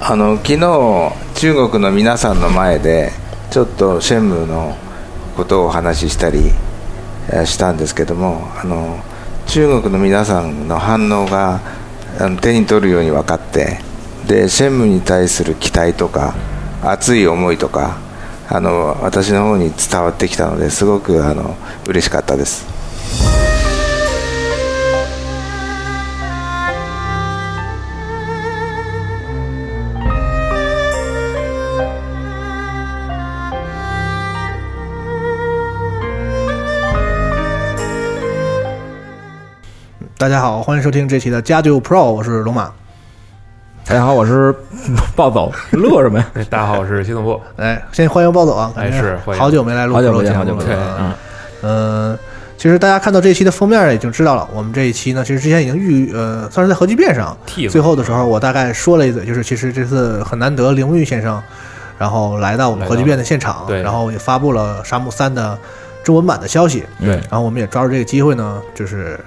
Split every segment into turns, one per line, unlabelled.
あの昨日中国の皆さんの前でちょっとシェンムーのことをお話ししたりえーしたんですけどもあの中国の皆さんの反応があの手に取るように分かってでシェンムーに対する期待とか熱い思いとかあの私の方に伝わってきたのですごくあの嬉しかったです。
大家好，欢迎收听这期的家就 Pro，我是龙马。
大哎家好，我是暴 走，乐什么呀？
哎大家好，我是西总部。
哎，先欢迎包总啊！
哎
感觉
是欢迎
好久没来录
好久
录
不
节
见，
目
好久不见。
了。
嗯，
嗯，其实大家看到这期的封面已经知道了，我们这一期呢，其实之前已经预呃，算是在合集变上
Team
最后的时候，我大概说了一嘴，就是其实这次很难得铃木玉先生，然后来到我们合集变的现场，
对
然后也发布了《沙漠三》的中文版的消息，
对，
然后我们也抓住这个机会呢，就是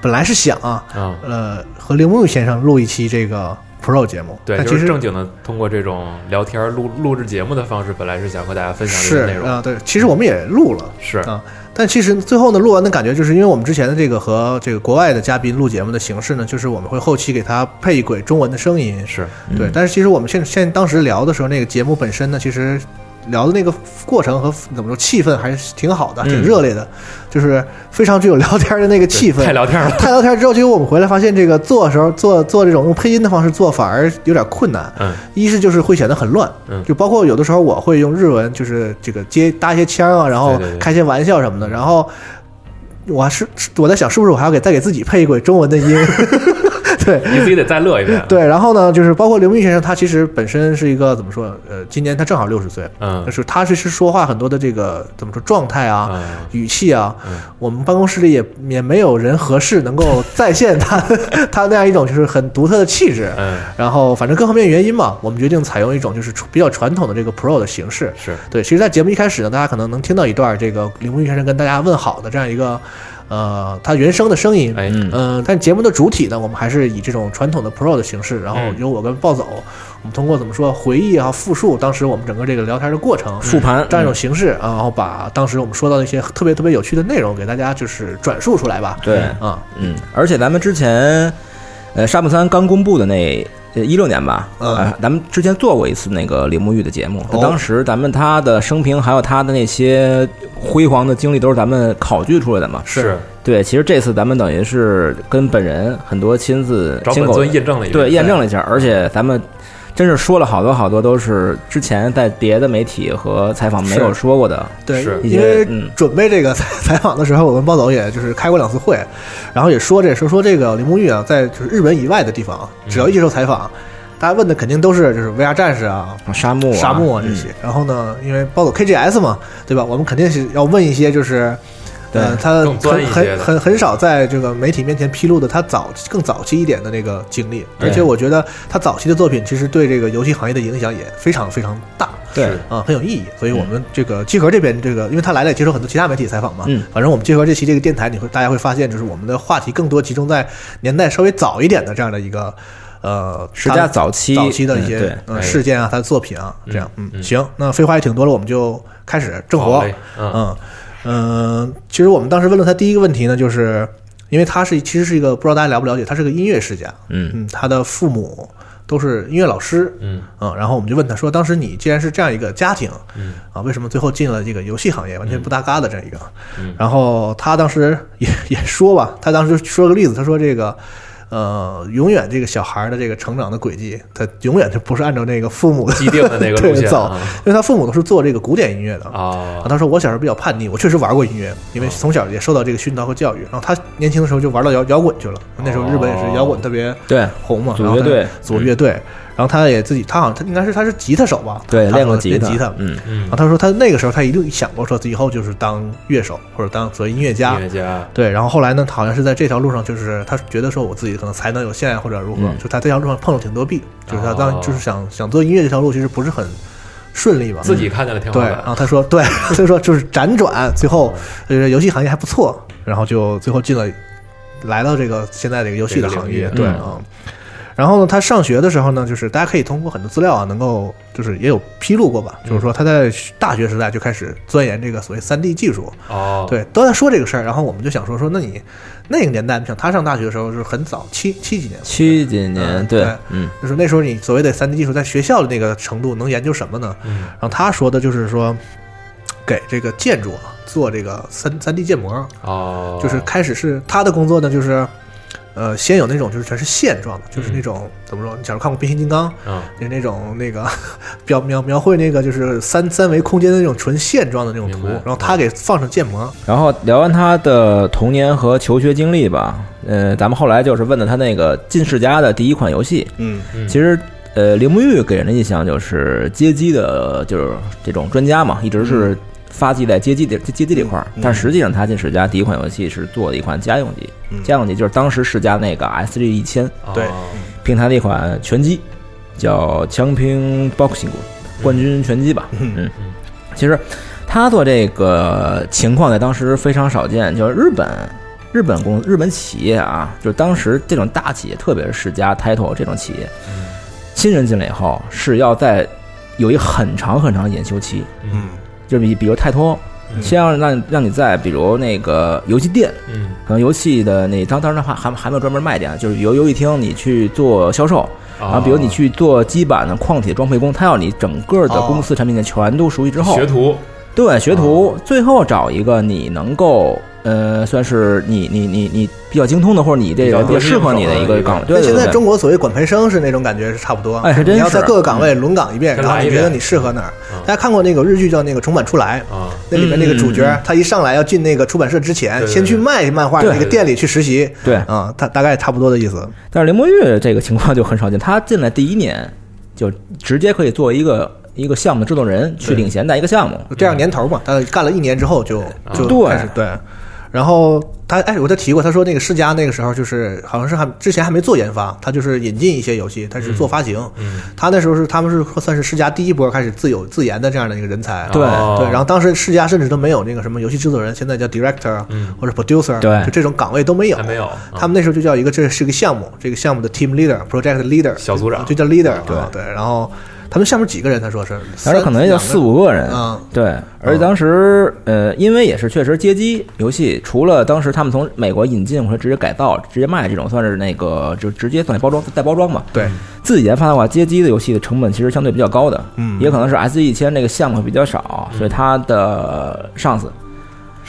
本来是想啊，
嗯，
呃，和铃木玉先生录一期这个 Pro 节目，
对，
但
就
其
是
实
正经的，通过这种聊天儿录录制节目的方式，本来是想和大家分享这
是
个内容，
啊，对，其实我们也录了。
是
啊但其实最后呢，录完的感觉就是，因为我们之前的这个和这个国外的嘉宾录节目的形式呢，就是我们会后期给他配一轨中文的声音，
是，
对。但是其实我们现现当时聊的时候，那个节目本身呢，其实聊的那个过程和怎么说气氛还是挺好的，挺
嗯
热烈的，就是非常具有聊天的那个气氛
太。聊天 了，
太聊天之后，结果我们回来发现，这个做的时候做做这种用配音的方式做，反而有点困难。
嗯，
一是就是会显得很乱，
嗯
就包括有的时候我会用日文，就是这个接搭一些腔啊，然后
对对对
开一些玩笑什么的，然后我还是我在想，是不是我还要给再给自己配一轨中文 的音？对，
你自己得再乐一遍。，
对，然后呢，就是包括刘明先生，他其实本身是一个怎么说？呃，今年他正好六十岁，
嗯
就是他其实说话很多的这个怎么说状态啊、
嗯
语气啊，
嗯
我们办公室里也也没有人合适能够再现他 他那样一种就是很独特的气质。
嗯，
然后反正各方面原因嘛，我们决定采用一种就是比较传统的这个 Pro 的形式。
是，
对，其实，在节目一开始呢，大家可能能听到一段这个铃木先生跟大家问好的这样一个，呃，他原声的声音。
哎，
嗯
嗯，但节目的主体呢，我们还是以这种传统的 Pro 的形式，然后
嗯
由我跟暴走，我们通过怎么说回忆啊、复述当时我们整个这个聊天的过程，
复盘嗯
这样一种形式啊，然后把当时我们说到的一些特别特别有趣的内容给大家就是转述出来吧。
对，
啊，
嗯，而且咱们之前，呃，沙漠三刚公布的那一六年吧，
嗯
呃，咱们之前做过一次那个铃木玉的节目，
哦
当时咱们他的生平还有他的那些辉煌的经历都是咱们考据出来的嘛。
是
对，其实这次咱们等于是跟本人很多亲自
找
亲
本
口
尊验证了一遍，
对验证了一下，而且咱们。真是说了好多好多，都是之前在别的媒体和采访没有
是
说过的。
对
是，
因为
嗯
准备这个 采采访的时候，我跟包总也就是开过两次会，然后也说这说说这个林梦玉啊，在就是日本以外的地方，啊
嗯
只要一接受采访，大家问的肯定都是就是 VR 战士啊、
沙漠、啊、
沙漠啊这些。然后呢，因为包括 KGS 嘛，对吧？我们肯定是要问一些就是。呃，
对
他
更钻
很
一些
很
的
很很少在这个媒体面前披露的他早更早期一点的那个经历，而
对
且我觉得他早期的作品其实对这个游戏行业的影响也非常非常大。
对
是
啊，很有意义。所以我们这个集合这边这个，因为他来了也接受很多其他媒体采访嘛，
嗯
反正我们集合这期这个电台，你会大家会发现，就是我们的话题更多集中在年代稍微早一点的这样的一个。呃，
时
他
代早期
早期的一
嗯
些
对、
呃
哎
事件啊，他的作品啊，这样，
嗯
嗯，
嗯
行，那废话也挺多了，我们就开始正
好
活
嘞，嗯
嗯嗯，其实我们当时问了他第一个问题呢，就是因为他是其实是一个不知道大家了不了解，他是个音乐世家，
嗯
嗯，他的父母都是音乐老师，
嗯
嗯，然后我们就问他说，当时你既然是这样一个家庭，
嗯
啊，为什么最后进了这个游戏行业，完全不搭嘎的这样一个？
嗯
然后他当时也也说吧，他当时说个例子，他说这个。呃，永远这个小孩儿的这个成长的轨迹，他永远就不是按照那个 父母的
既定的那个路
对
线
走
啊，
因为他父母都是做这个古典音乐的啊。
啊，
他说我小时候比较叛逆，我确实玩过音乐，因为从小也受到这个熏陶和教育。然后他年轻的时候就玩到摇摇滚去了，那时候日本
哦
也是摇滚特别
对
红嘛，
组
然后他
乐队嗯
组乐队。然后他也自己，他好像他应该是他是吉他手吧？
对，
他
练
好
过
像
吉
练吉他，
嗯，
嗯
然后，他说他那个时候他一定想过说以后就是当乐手或者当所谓音乐家
音，乐家，
对。然后后来呢，他好像是在这条路上，就是他觉得说我自己可能才能有限或者如何，
嗯
就他这条路上碰了挺多壁，就是他当
哦
就是想想做音乐这条路其实不是很顺利吧，
自己看见了天花
对，啊然
板，
后他说对， 所以说就是辗转，最后呃游戏行业还不错，然后就最后进了，来到这个现在这个游戏的行业，
这个领域
对啊
嗯、
然后呢，他上学的时候呢，就是大家可以通过很多资料啊，能够就是也有披露过吧，就是说他在大学时代就开始钻研这个所谓三 D 技术，
哦，，
对，都在说这个事儿，然后我们就想说说，那你那个年代，你想他上大学的时候是很早，七七几年。
七几
嗯
年
对
对，嗯，
就是那时候你所谓的三 D 技术，在学校的那个程度能研究什么呢？
嗯，
然后他说的就是说，给这个建筑啊做这个三三 D 建模，啊
哦，
就是开始是他的工作呢，就是呃，先有那种就是全是线状的，就是那种怎么说？你小时候看过《变形金刚》，
嗯，
就是那种那个 表描描绘那个就是三三维空间的那种纯线状的那种图
明白，
然后他给放上建模，
然后聊完他的童年和求学经历吧，呃，咱们后来就是问的他那个近世家的第一款游戏，
嗯
嗯
其实。呃，铃木玉给人的印象就是街机的，就是这种专家嘛，一直是发迹在街机这街机这块儿。但实际上，他进世家第一款游戏是做的一款家用机，家用机就是当时世嘉那个 SG 一千
对
哦
平台的一款拳击，叫枪拼 Boxing 冠军拳击吧。
嗯
嗯，其实他做这个情况在当时非常少见，就是日本日本公日本企业啊，就是当时这种大企业，特别是世家、Title 这种企业，新人进来以后是要在有一很长很长的研修期，
嗯
就比比如泰托，先要让让你在比如那个游戏店
嗯，
可能游戏的那当当时还还还没有专门卖点，就是游游戏厅你去做销售，然后比如你去做基板的矿体装配工，他要你整个的公司产品线全都熟悉之后，
学徒，
对学徒，最后找一个你能够呃算是你你你你比较精通的，或者你这
比较
个
得
比较
心
适合
应手
你
的
的
一
一
个
个岗位。对对
现在
对，
中国所谓管培生是那种感觉是差不多，
哎还真
你要在
是
各个岗位轮岗一遍，
嗯
然后你觉得你适合哪儿
嗯？
大家看过那个日剧叫那个《重版出来》
啊，
那里面那个主角
嗯嗯嗯，
他一上来要进那个出版社之前，
对对
先去卖漫画
对
那个店里去实习，
对
啊，大大概差不多的意思。
但是林墨玉这个情况就很少见，他进来第一年就直接可以做一个一个项目的制作人去领衔带一个项目，
这样年头嘛，他干了一年之后就就
啊
对
开始对。然后他哎，我就提过，他说那个世嘉那个时候就是好像是还之前还没做研发，他就是引进一些游戏，他是做发行。
嗯
他那时候是他们是算是世嘉第一波开始自有自研的这样的一个人才。
对
哦
对，然后当时世嘉甚至都没有那个什么游戏制作人，现在叫 director
嗯
或者 producer，
对
就这种岗位都没有
还。没有，啊嗯
他们那时候就叫一个这是个项目，这个项目的 team leader、project leader
小组长
就叫 leader
对
啊。对对，然后他们下面几个人？他说是三，
当时可能也就
两个
四五个人
嗯，
对。而且当时，呃，因为也是确实街机游戏，除了当时他们从美国引进或者直接改造、直接卖这种，算是那个就直接算是包装带包装吧。
对，
自己研发的话，街机的游戏的成本其实相对比较高的，
嗯
也可能是 S 一千这个项目比较少，所以他的上司，
嗯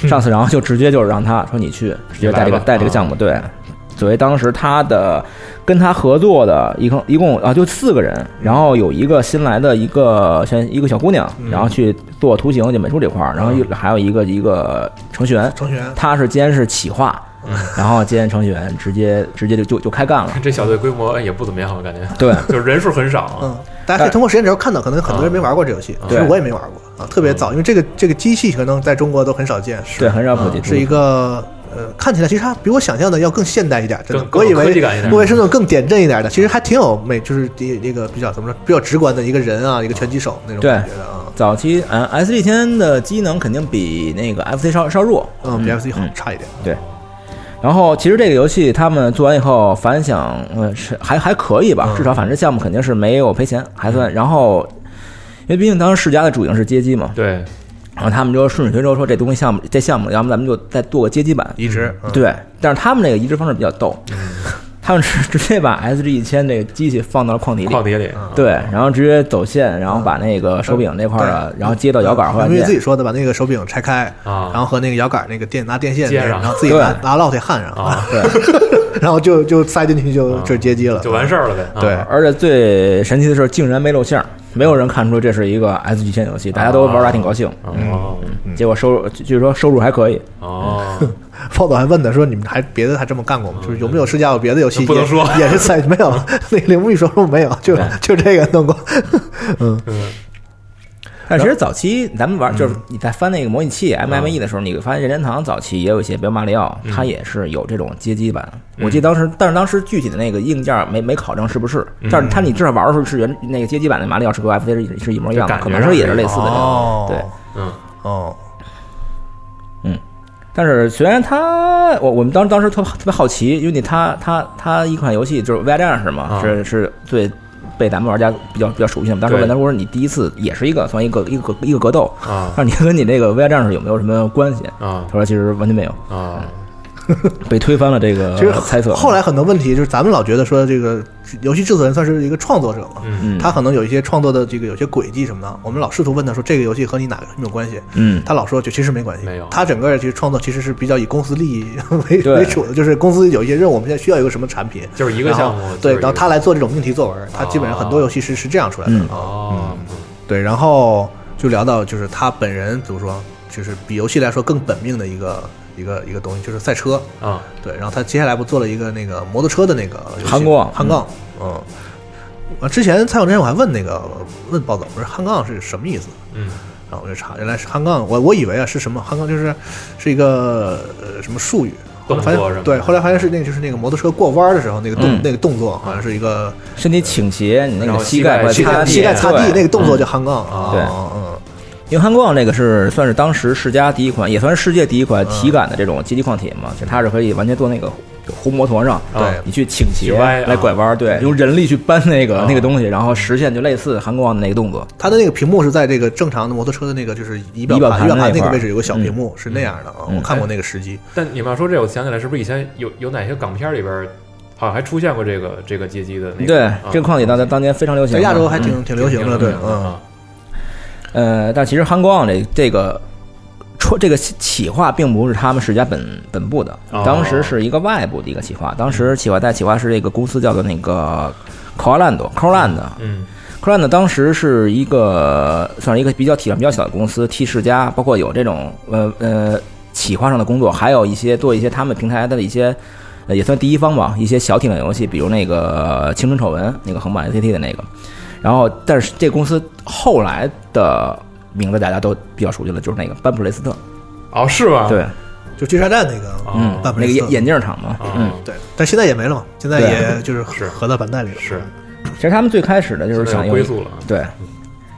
上司然后就直接就是让他说你去直接带这
你来
个
啊
吧
带这个项目，对。所以当时他的跟他合作的一共一共啊就四个人，然后有一个新来的一个像一个小姑娘，
嗯
然后去做图形就美术这块儿，然后有还有一个一个程序员，
程序员
他是兼是企 划，然后兼程序员直接直接就就就开干了，
这小队规模也不怎么样，我感觉，
对。
就是人数很少，
嗯，大家可以通过时间轴看到，可能很多人没玩过这游戏，其实
嗯对嗯
我也没玩过啊，特别早，因为这个这个机器可能在中国都很少见，
对，很少普及
嗯，是一个呃，看起来其实它比我想象的要更现代一点，真的
更，
我以
更有科技感一
为
点
我以为是那种更点阵一点的，其实还挺有美，就是一一个比较怎么说，比较直观的一个人啊，一个拳击手那种
对
感觉的啊，
早期嗯 S 一千的机能肯定比那个 FC 稍稍弱，
嗯，比 FC 好
嗯
差一点，
对。然后其实这个游戏他们做完以后反响，呃，是还还可以
嗯
吧，至少反正项目肯定是没有赔钱，还算。然后，因为毕竟当时世嘉的主营是街机嘛，
对，
然后他们就顺水推舟说这东西项目这项目，要么咱们就再做个街机版，
移植，嗯
对，但是他们这个移植方式比较逗。 他们直直接把 SG 一千这个机器放到了矿体里
矿，碟里，
对，然后直接走线，然后把那个手柄那块儿的，
对
然后接到呃摇杆或者
因为
电
自己说的，把那个手柄拆开，
啊
然后和那个摇杆那个电拿电线
接
那个
上
然后自己拿
对
拿烙铁焊上，
啊
然后就就塞进去就就接机了，
就 完事儿了呗。啊
对
而且最神奇的是，竟然没露馅儿，没有人看出这是一个 S G 千游戏，大家都玩的还挺高兴。嗯
哦
结果收入，据据说收入还可以，
哦，
报道还问他说：“你们还别的还这么干过吗？就是有没有试驾过别的游戏？
不能说
也也是在 没有。那个铃木一说说没有，就就这个弄过。
嗯
但其实早期咱们玩，就是你在翻那个模拟器 MME 的时候，你会发现任天堂早期也有一些，比如马里奥，它也是有这种街机版。我记得当时，但是当时具体的那个硬件没没考证是不是，但是它你至少玩的时候是原那个街机版的马里奥是跟 FC 是是一模一样的，
就感觉
可能是也是类似的这 种。对，呃
嗯
哦，
但是虽然它，我我们当当时特别特别好奇，因为你它它它一款游戏就是 VR 战士嘛，
啊
是是最被咱们玩家比较比较熟悉的。我们当时
对
问他，我说你第一次也是一个算一个一个一个格斗，
啊
那你跟你这个 VR 战士有没有什么关系？
啊
他说其实完全没有，
啊
被推翻了这个
其实
猜测。
后来很多问题就是咱们老觉得说这个游戏制作人算是一个创作者嘛，
嗯
他可能有一些创作的这个有些轨迹什么的，我们老试图问他说这个游戏和你哪个有没有关系？
嗯
他老说就其实没关系，
没有
他整个其实创作其实是比较以公司利益 为
对
为主的，就是公司有一些任务，我们现在需要一个什么产品，
就是一个
然后
项目就是哦
对，
一个
然后他来做这种命题作文，他基本上很多游戏是是这样出来的
嗯
啊。
哦
对，然后就聊到就是他本人怎么说，就是比游戏来说更本命的一个一个一个东西，就是赛车。
啊
对，然后他接下来不做了一个那个摩托车的那个游戏
韩杠
汉杠，嗯。啊，之前采访之前我还问那个问暴总，我说汉杠是什么意思？
嗯
然后我就查，原来是汉杠，我我以为啊是什么汉杠，就是是一个呃什么术语，后来发
动作是
现
吗
对，后来发现是那个就是那个摩托车过弯儿的时候那个动、
嗯
那个动作，好像是一个
身体倾斜，你那
然
个
后
膝
膝
盖
盖
会
膝
膝
盖
盖
擦地，
膝盖擦地
对
那个动作叫汉杠
啊
啊，
对
嗯
因为汉光这个是算是当时世嘉第一款，也算是世界第一款体感的这
啊
种街机矿体嘛，就它是可以完全坐那个红摩托上，
啊
对
你去倾斜
去歪啊
来拐弯，对，用人力去搬那个
啊
那个东西，然后实现就类似韩光的那个动作。
它的那个屏幕是在这个正常的摩托车的那个就是仪表
仪表
盘
盘
仪表
那
盘
一
那
块
个
儿
位置有个小屏幕，是那样的啊。
嗯
我看过那个时机，
但你们要说这，我想起来，是不是以前有有哪些港片里边儿好像还出现过这个这个街机的那个？
对
啊，
这个矿体当当年非常流行
在
嘛，
亚洲还
嗯
挺挺流行的，对，嗯
啊，
呃，但其实韩光这这个。出这个企划并不是他们世嘉本本部的，
哦
当时是一个外部的一个企划。当时企划在企划是这个公司叫做那个 c o l a n d c o l a n d
嗯
c r a n 呢，当时是一个算是一个比较体量比较小的公司，替世家，包括有这种呃呃企划上的工作，还有一些做一些他们平台的一些。呃也算第一方吧，一些小体量游戏，比如那个《青春丑闻》那个横版 ACT 的那个，然后但是这公司后来的名字大家都比较熟悉了，就是那个班普雷斯特，
哦是吧？
对，
就巨沙站那个，
嗯，
半
那
普
个
雷斯特
眼眼镜厂嘛，
啊
嗯，
对，但现在也没了嘛，现在
对
也就是
是
合到板带里了，
是
其实他们最开始的就是
现在
想
有
用
归宿了
对，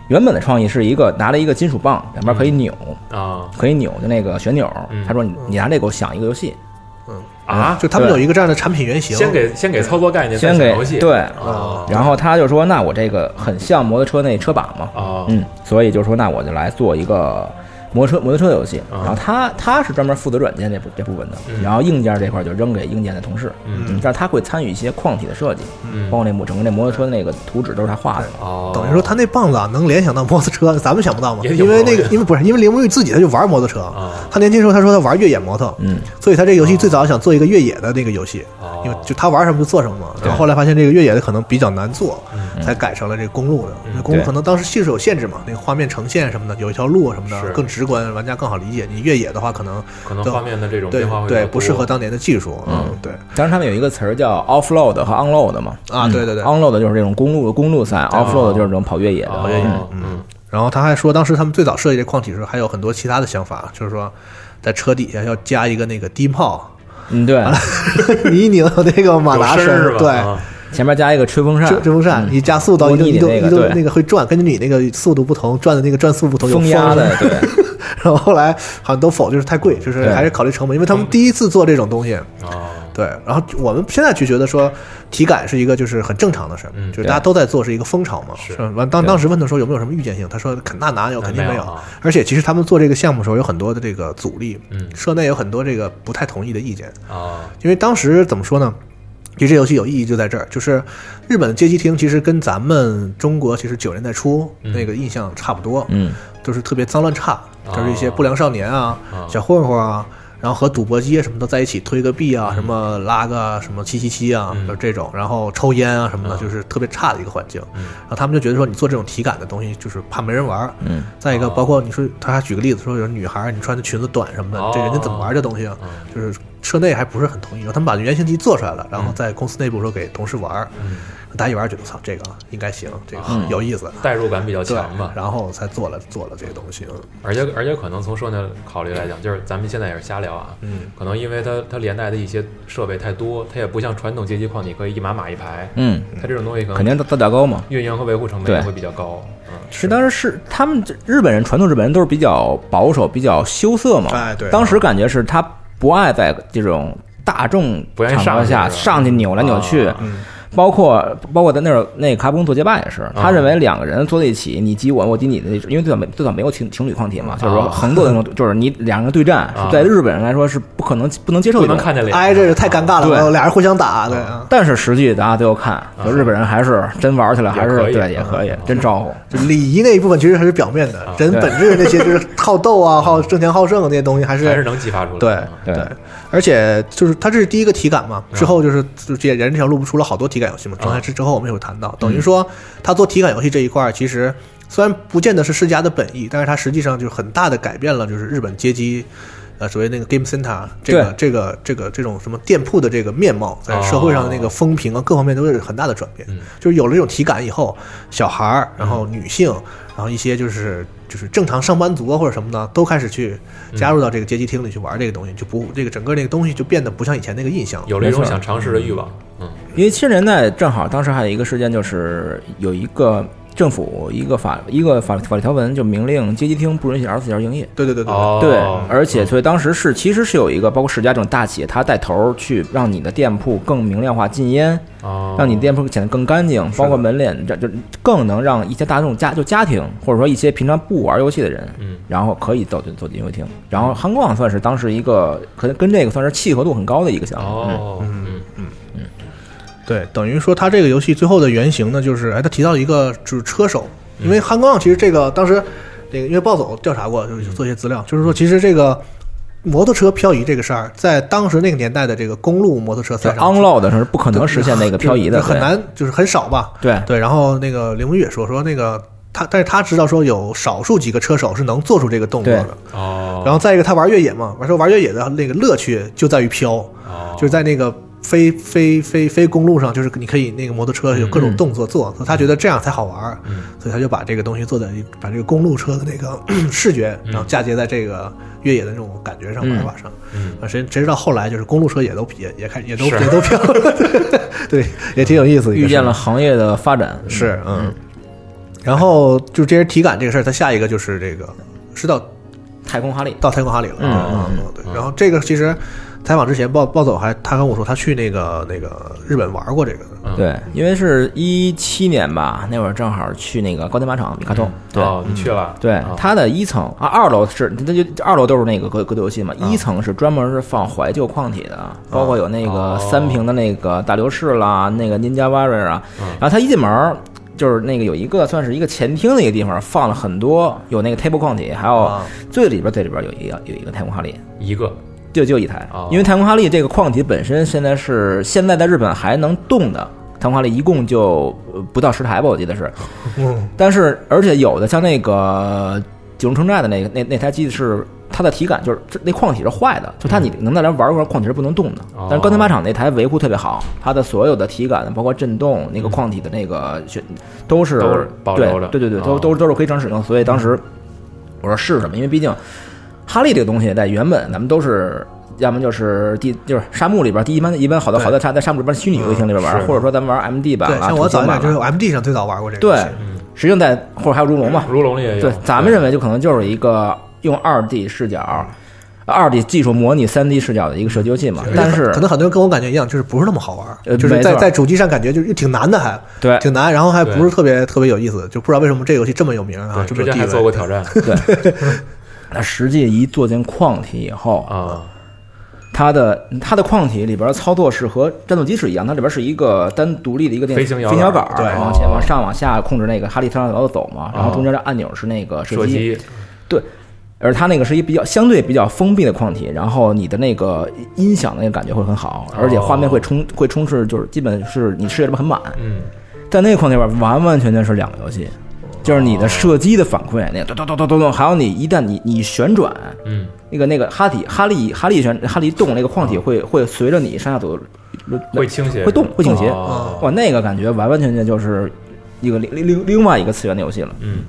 原本的创意是一个拿了一个金属棒，两边可以扭，
啊
可以扭的那个旋钮
嗯，
他说你你拿这个我想一个游戏，
啊！
就他们有
对
一个这样的产品原型，
先给先给操作概念，再
嗯先给
想游戏
对
啊
然后他就说那我这个很像摩托车那车把嘛，
啊
嗯，所以就说那我就来做一个摩托车摩托车游戏，
啊
然后他他是专门负责软件这部这部分的，然后硬件这块就扔给硬件的同事，嗯，但是他会参与一些矿体的设计，
嗯
包括那摩整个那摩托车那个图纸都是他画的嘛，
哦，
等于说他那棒子啊，能联想到摩托车，咱们想不到嘛？
也挺
因为
不容
那
易
个，因为不是因为铃木玉自己他就玩摩托车，
啊
他年轻时候他说他玩越野摩托，
嗯，
所以他这个游戏最早想做一个越野的那个游戏，
哦
因为就他玩什么就做什么嘛。然后后来发现这个越野的可能比较难做，
嗯
才改成了这个公路的。那公路
对
可能当时技术有限制嘛，那个画面呈现什么的，有一条路什么
是
的更直观，玩家更好理解。你越野的话，可能
可能
都
画面的这种
对
变化会比
对
较
不适合
多
当年的技术，嗯，对。
当时他们有一个词儿叫 offload 和 unload 嘛，
啊对对对
o n l o a d 就是这种公路公路赛，offload 就是这种跑越野的
哦，嗯
然后他还说，当时他们最早设计这矿体时，候还有很多其他的想法，就是说在车底下要加一个那个低炮，
嗯，对，
泥泞和那个马
有
达
声儿是吧？
对。
啊
前面加一个吹风扇，
遮遮风扇，啊你加速到一定
嗯模
一
拟你
定
那个
一定
对
那个会转，根据你那个速度不同，转的那个转速不同，有
风压的，对，
然后后来好像都否，就是太贵，就是
对嗯
还是考虑成本，因为他们第一次做这种东西，
哦
对。然后我们现在就觉得说体感是一个就是很正常的事儿，
嗯
就是大家都在做是一个风潮嘛。
是
是完当当时问他说有没有什么预见性，他说肯那哪有，肯定
没
没
有
有
啊。
而且其实他们做这个项目的时候有很多的这个阻力，
嗯
社内有很多这个不太同意的意见，
哦
因为当时怎么说呢？其实这游戏有意义就在这儿，就是日本的街机厅其实跟咱们中国其实九十年代初那个印象差不多，
嗯，
都是特别脏乱差，都是一些不良少年啊、
哦
小混混啊，然后和赌博机啊什么的在一起推个币啊，什么拉个什么七七七啊，
嗯
就这种，然后抽烟啊什么的，就是特别差的一个环境。然后他们就觉得说，你做这种体感的东西，就是怕没人玩儿。
嗯，
再一个，
哦
包括你说他还举个例子说，有女孩儿你穿的裙子短什么的，这人家怎么玩儿这东西啊？就是社内还不是很同意，然后他们把原型机做出来了，然后在公司内部说给同事玩儿，大家一玩儿觉得操这个应该行，这个有意思，
代入感比较
对
强吧，。
然后才做了做了这个东西。嗯
而且而且可能从社内考虑来讲，就是咱们现在也是瞎聊啊，
嗯，
可能因为它它连带的一些设备太多，它也不像传统街机矿你可以一码码一排，
嗯，
它这种东西可
肯
能
定都都较高嘛。
运营和维护成本
对
也会比较高，嗯，
是当时是他们这日本人传统日本人都是比较保守、比较羞涩嘛。
哎对
当时感觉是他不爱在这种大众
不愿意
场合下
上去是吧
上去扭来扭去
啊，
包括包括在那儿那卡普空做街霸也是，他认为两个人坐在一起，你挤我，我挤你的那种，因为最早没最早没有情情侣矿体嘛，就是说
啊
横坐的那种，就是你两个人对战，
啊
是在日本人来说是不可能不能接受
不
的，
能看见脸，啊
哎，这是太尴尬
对
了，俩人互相打，对啊，
但是实际大家都要看，就日本人还是真玩起来还是
啊也可以
对也可以
嗯
真招呼。
就礼仪那一部分其实还是表面的，人
对
本质那些就是好斗啊、好争强好胜的那些东西还
还是
是。
能激发出来
对
的，啊
对嗯
而且就是它这是第一个体感嘛，之后就是就是这人这条路出了好多体感游戏嘛，刚才之之后我们有谈到，等于说他做体感游戏这一块儿，其实虽然不见得是世嘉的本意，但是它实际上就是很大的改变了就是日本街机。呃，所谓那个 Game Center 这个
对
这个这个这种什么店铺的这个面貌，在社会上的那个风评啊，各方面都有很大的转变。就是有了这种体感以后，小孩儿，然后女性，然后一些就是就是正常上班族啊或者什么的，都开始去加入到这个街机厅里去玩这个东西，就不这个整个那个东西就变得不像以前那个印象了。
有了一种
没错
想尝试的欲望，嗯，
因为七十年代正好当时还有一个事件，就是有一个政府一个法一个法法律条文就明令街机厅不允许二十四小时营业。
对对对对，
哦
对，而且所以当时是其实是有一个包括世家这种大企业，它带头去让你的店铺更明亮化、禁烟，
哦
让你店铺显得更干净，包括门脸，这就更能让一些大众家就家庭或者说一些平常不玩游戏的人，
嗯，
然后可以走进走进游戏厅。然后汉光算是当时一个可能跟这个算是契合度很高的一个项目。嗯
哦，嗯
对，等于说它这个游戏最后的原型呢，就是哎，他提到一个就是车手，因为汉光其实这个当时那个因为暴走调查过，就是有做一些资料，就是说其实这个摩托车漂移这个事儿，在当时那个年代的这个公路摩托车
就
赛上
unload 的时候不可能实现那个漂移的，
很
对
难，就是很少吧。
对
对，然后那个林文也说说那个他，但是他知道说有少数几个车手是能做出这个动作的。
哦，
然后再一个，他玩越野嘛，完说玩越野的那个乐趣就在于飘，
哦
就是在那个非非非非公路上，就是你可以那个摩托车有各种动作做，所以他觉得这样才好玩儿，
嗯
所以他就把这个东西做在一把这个公路车的那个嗯视觉，
嗯
然后嫁接在这个越野的那种感觉上玩法上。啊，谁谁知道后来就是公路车也都也也开也都
嗯是
也都飘了， 对，也挺有意思的一个事儿。
遇见了行业的发展。
是，嗯。然后就这些体感这个事儿，它下一个就是这个是到
太空哈利，
到太空哈里了，
嗯
嗯嗯，对。然后这个其实采访之前，暴暴走还他跟我说他去那个那个日本玩过这个，
对，因为是一七年吧，那会儿正好去那个高田马场米卡通，对。
哦，你去了，
对
哦，
它的一层啊，二楼是它就二楼都是那个格格斗游戏嘛，一层是专门是放怀旧矿体的，包括有那个
哦
三屏的那个大流士啦，那个 Ninja Warrior 啊，然后它一进门儿就是那个有一个算是一个前厅的一个地方，放了很多有那个 table 矿体，还有
啊
最里边最里边有一个有一个太空哈利，
一个
就就一台
哦，
因为太空哈利这个矿体本身现在是现在在日本还能动的。太空哈利一共就呃不到十台吧，我记得是。
嗯，
但是而且有的像那个九龙城寨的那个那那台机子是它的体感就是这那矿体是坏的，就它你能在那玩一会儿，矿体是不能动的
嗯哦。
但是高天马场那台维护特别好，它的所有的体感包括震动那个矿体的那个选都是
都是保留着
对对对对，
哦嗯
都都都是可以正常使用。所以当时我说试什么，因为毕竟哈利这个东西在原本咱们都是。要么就是地就是沙漠里边，第一般一般好多好多在在沙漠里边虚拟游戏厅里边玩，
是
或者说咱们玩 MD 版
对，
啦，
像我
土
早
星
一
版啊
点
啦
就是 M D 上最早玩过这个，
对，，实际上在或者还有如龙嘛，
嗯如龙里也有，
对，咱们认为就可能就是一个用二 D 视角、二 D 技术模拟三 D 视角的一个射击游戏
嗯
嘛。但是
可能很多人跟我感觉一样，就是不是那么好玩，
呃
就是
没
在
错
在主机上感觉就是挺难的还，
对
挺难，然后还
对
不是特别特别有意思，就不知道为什么这个游戏这么有名啊
对，
这么
之
有
前
地
还做过
位。
挑战
那实际一坐进矿体以后，
啊，
它的它的矿体里边操作是和战斗机是一样，它里边是一个单独立的一个电
飞行摇
飞行摇
杆
杆
儿
儿，
对哦
然后前往上往下控制那个哈利特拉劳走嘛，然后中间的按钮是那个
射
击，
击，
对，而它那个是一比较相对比较封闭的矿体，然后你的那个音响的那个感觉会很好，而
哦
且画面会充会充斥，就是基本是你视野里面很满。
嗯，
在那个框架里边完完全全是两个游戏，就是你的射击的反馈，那个咚咚咚咚咚咚，还有你一旦你你旋转，
嗯，
那个那个哈体哈利哈利旋哈利动那个矿体会会随着你上下左右
会倾斜，
会动会倾斜，
啊
哦
哇，那个感觉完完全全就是一个另另另另外一个次元的游戏了。
嗯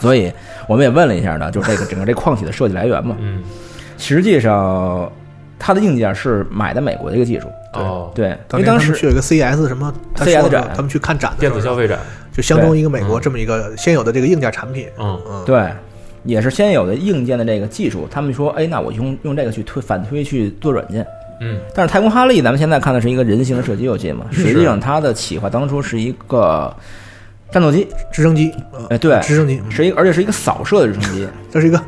所以我们也问了一下呢，就是这个整个这矿体的设计来源嘛，
嗯，
实际上它的硬件是买的美国的一个技术，
哦，
对，因为
年他
当
们
时
去有一个 CES 什么他
CES
说的
展
他们去看展的时
嗯电
候
子消费展，
就相中
对嗯
一个美国这么一个现有的这个硬件产品，
嗯
嗯，
对，也是先有的硬件的这个技术，他们说，哎，那我用用这个去推反推去做软件。
嗯，
但是太空哈利，咱们现在看的是一个人形的射击游戏嘛，
是
实际上它的企划当初是一个战斗机，
直升机，嗯
哎，对，
直升机，嗯
是一个，而且是一个扫射的直升机。
这是一个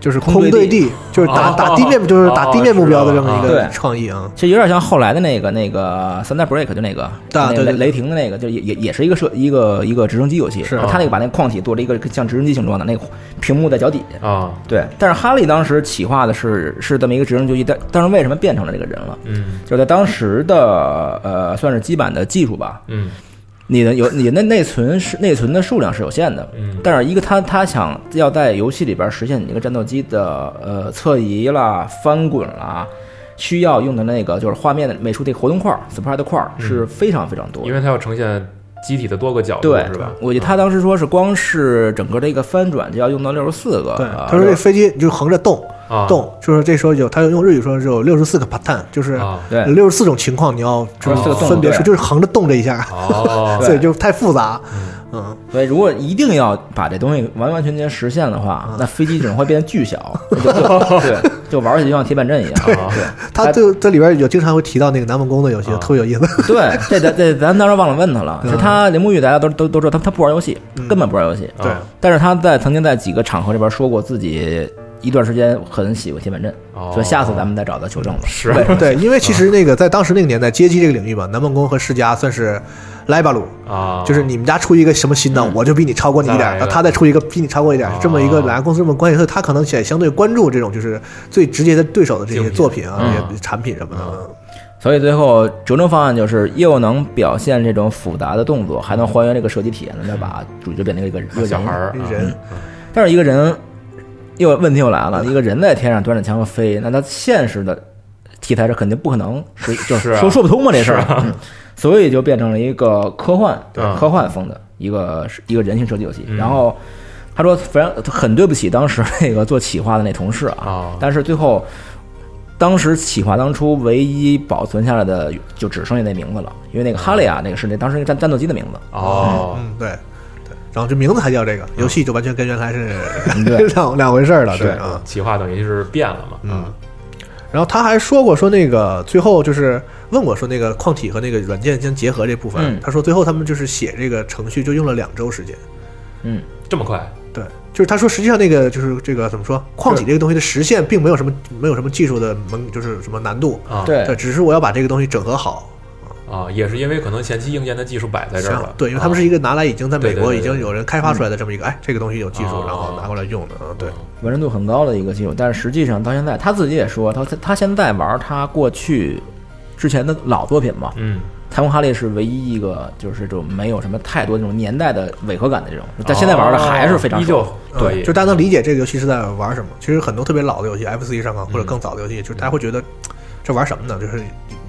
就是
空
空
对
对
地
地，就是打
哦
打地面，就是打地面目标的这么一
哦是啊
个
对
创意啊。
其实有点像后来的那个那个三代 break 就那个
对
那个
啊对对
雷雷霆的那个，就也也也是一个射一个一个直升机游戏，
是啊
他那个把那个矿体做了一个像直升机形状的那个屏幕在脚底下，
啊，
对，但是哈利当时企划的是是这么一个直升机，但但是为什么变成了这个人了？
嗯
就在当时的呃，算是基板的技术吧，
嗯
你的有你的内存是内存的数量是有限的，
嗯
但是一个他他想要在游戏里边实现你这个战斗机的呃侧移啦、翻滚啦，需要用的那个就是画面的美术这个活动块儿 sprite 块儿是非常非常多
嗯
的
因。为它要呈现机体的多个角度，
对
是吧，？嗯
我记得他当时说是光是整个这个翻转就要用到六十四个，
对
呃，
他说这飞机你就横着动
啊
动，就是这时候有他用日语说是有六十四个 pattern，就是
啊
对哦
六十四种情况你要就
64个
是
动
分别
对
是就是横着动这一下，
哦，
所以就太复杂，嗯，
所以，如果一定要把这东西完完全全实现的话，那飞机只能会变得巨小，就就对，就玩起来就像铁板阵一样。
他这这里边有经常会提到那个南梦宫的游戏
啊，
特别有意思，
对，这咱这咱当时忘了问他
嗯
了，就他铃木玉，大家都都都知道，他他不玩游戏，根本不玩游戏。
对
但是他在曾经在几个场合里边说过自己。一段时间很喜欢铁板阵，
哦
所以下次咱们再找他求证吧。
是
对
对，因为其实那个在当时那个年代，街机这个领域吧，南梦宫和世嘉算是莱巴鲁，
啊，
就是你们家出一个什么新的，我就比你超过你一
再
点
来
儿，
一
然后
个
他再出一个比你超过一点儿，是这么一个
哦
两个公司这么关系，所以他可能也相对关注这种就是最直接的对手的这
竞
些
品
作品啊、
嗯
这些产品什么的。
所以最后折中方案就是又能表现这种复杂的动作，还能还原这个射击体验，那把主角变成一个一个
小
人
孩儿啊
人
但是一个人，又问题又来了，一个人在天上端着枪飞，那他现实的题材是肯定不可能，是就是
啊
说说不通嘛这事儿、嗯所以就变成了一个科幻
对啊
科幻风的一个一个人形射击游戏。
嗯
然后他说非常很对不起当时那个做企划的那同事啊，
哦
嗯
但是最后。当时企划当初唯一保存下来的就只剩下那名字了，因为那个哈雷啊，那个是那当时那个战战斗机的名字，
哦，
嗯，对。对然后这名字还叫这个，游戏就完全跟原来是
对
两两回事儿了，对啊。
企划等于是变了嘛，嗯
然后他还说过说那个最后就是问我说那个矿体和那个软件相结合这部分，
嗯
他说最后他们就是写这个程序就用了两周时间，
嗯，
这么快
对，就是他说实际上那个就是这个怎么说矿体这个东西的实现并没有什么没有什么技术的门就是什么难度，
啊？
对
对，只是我要把这个东西整合好。
啊，也是因为可能前期硬件的技术摆在这儿
行
了，，
对，因为他们
啊
是一个拿来已经在
对
美
对
国
对
已
对嗯
经有人开发出来的这么一个，哎，这个东西有技术，
哦
然后拿过来用的，嗯，对，
完成度很高的一个技术，但是实际上到现在他自己也说，他他现在玩他过去之前的老作品嘛，
嗯，
《太空哈利》是唯一一个就是这种没有什么太多那种年代的违和感的这种，但现在玩的还是非常
哦依
爽
旧
嗯
对，
就大家能理解这个游戏是在玩什么。其实很多特别老的游戏，FC 上啊
嗯
或者更早的游戏，就是大家会觉得这玩什么呢？就是会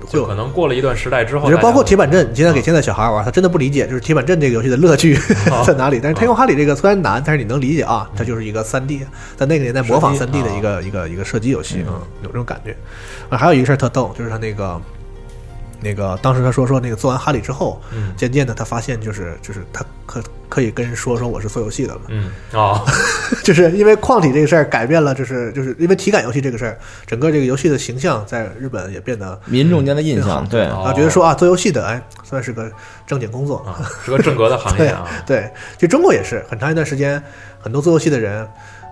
就
有
可。能过了一段时代之后，
我觉得包括
大家嗯
铁板阵，你现在给现在小孩玩，他真的不理解，就是铁板阵这个游戏的乐趣 在哪里。但是《太空哈利》这个虽然难，但是你能理解啊，
嗯
它就是一个三 D，在那个年代模仿
射
三
击
D 的一个一个一个射击游戏
嗯
啊，有这种感觉。啊，还有一个事儿特逗，就是他那个那个当时他说说那个做完哈利之后，
嗯
渐渐的他发现就是就是他可可以跟人说说我是做游戏的了。
嗯啊
就是因为矿体这个事儿改变了，就是就是因为体感游戏这个事儿，整个这个游戏的形象在日本也变得，
民众间的印象，对
哦
啊，觉得说啊，做游戏的哎，算是个正经工作。
啊，是个正格的行业
对
啊，
对，就中国也是很长一段时间，很多做游戏的人。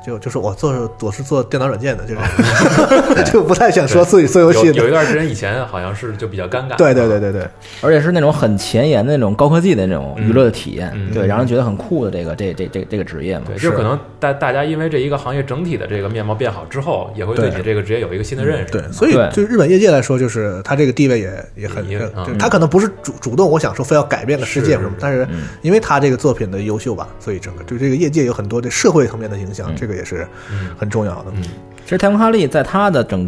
就就是我做我是做电脑软件的，就是 就不太想说自己做游
有
戏
哦有啊一
的。
段时间以前好像是就比较尴尬，
对对对对对，
而且是那种很前沿的那种高科技的那种娱乐的体验，
嗯
对，让人觉得很酷的这个这这这这个职业嘛，
对，
是
就可能大大家因为这一个行业整体的这个面貌变好之后，也会对
对
你这个职业有一个新的认识。
对，所以
对
就日本业界来说，就是它这个地位也也很
也，嗯
就它可能不是主主动，我想说非要改变个世界什么，但是
嗯
因为它这个作品的优秀吧，所以整个对这个业界有很多的社会层面的影
嗯
响，这个也是很重要的。
其实太空哈利在他的整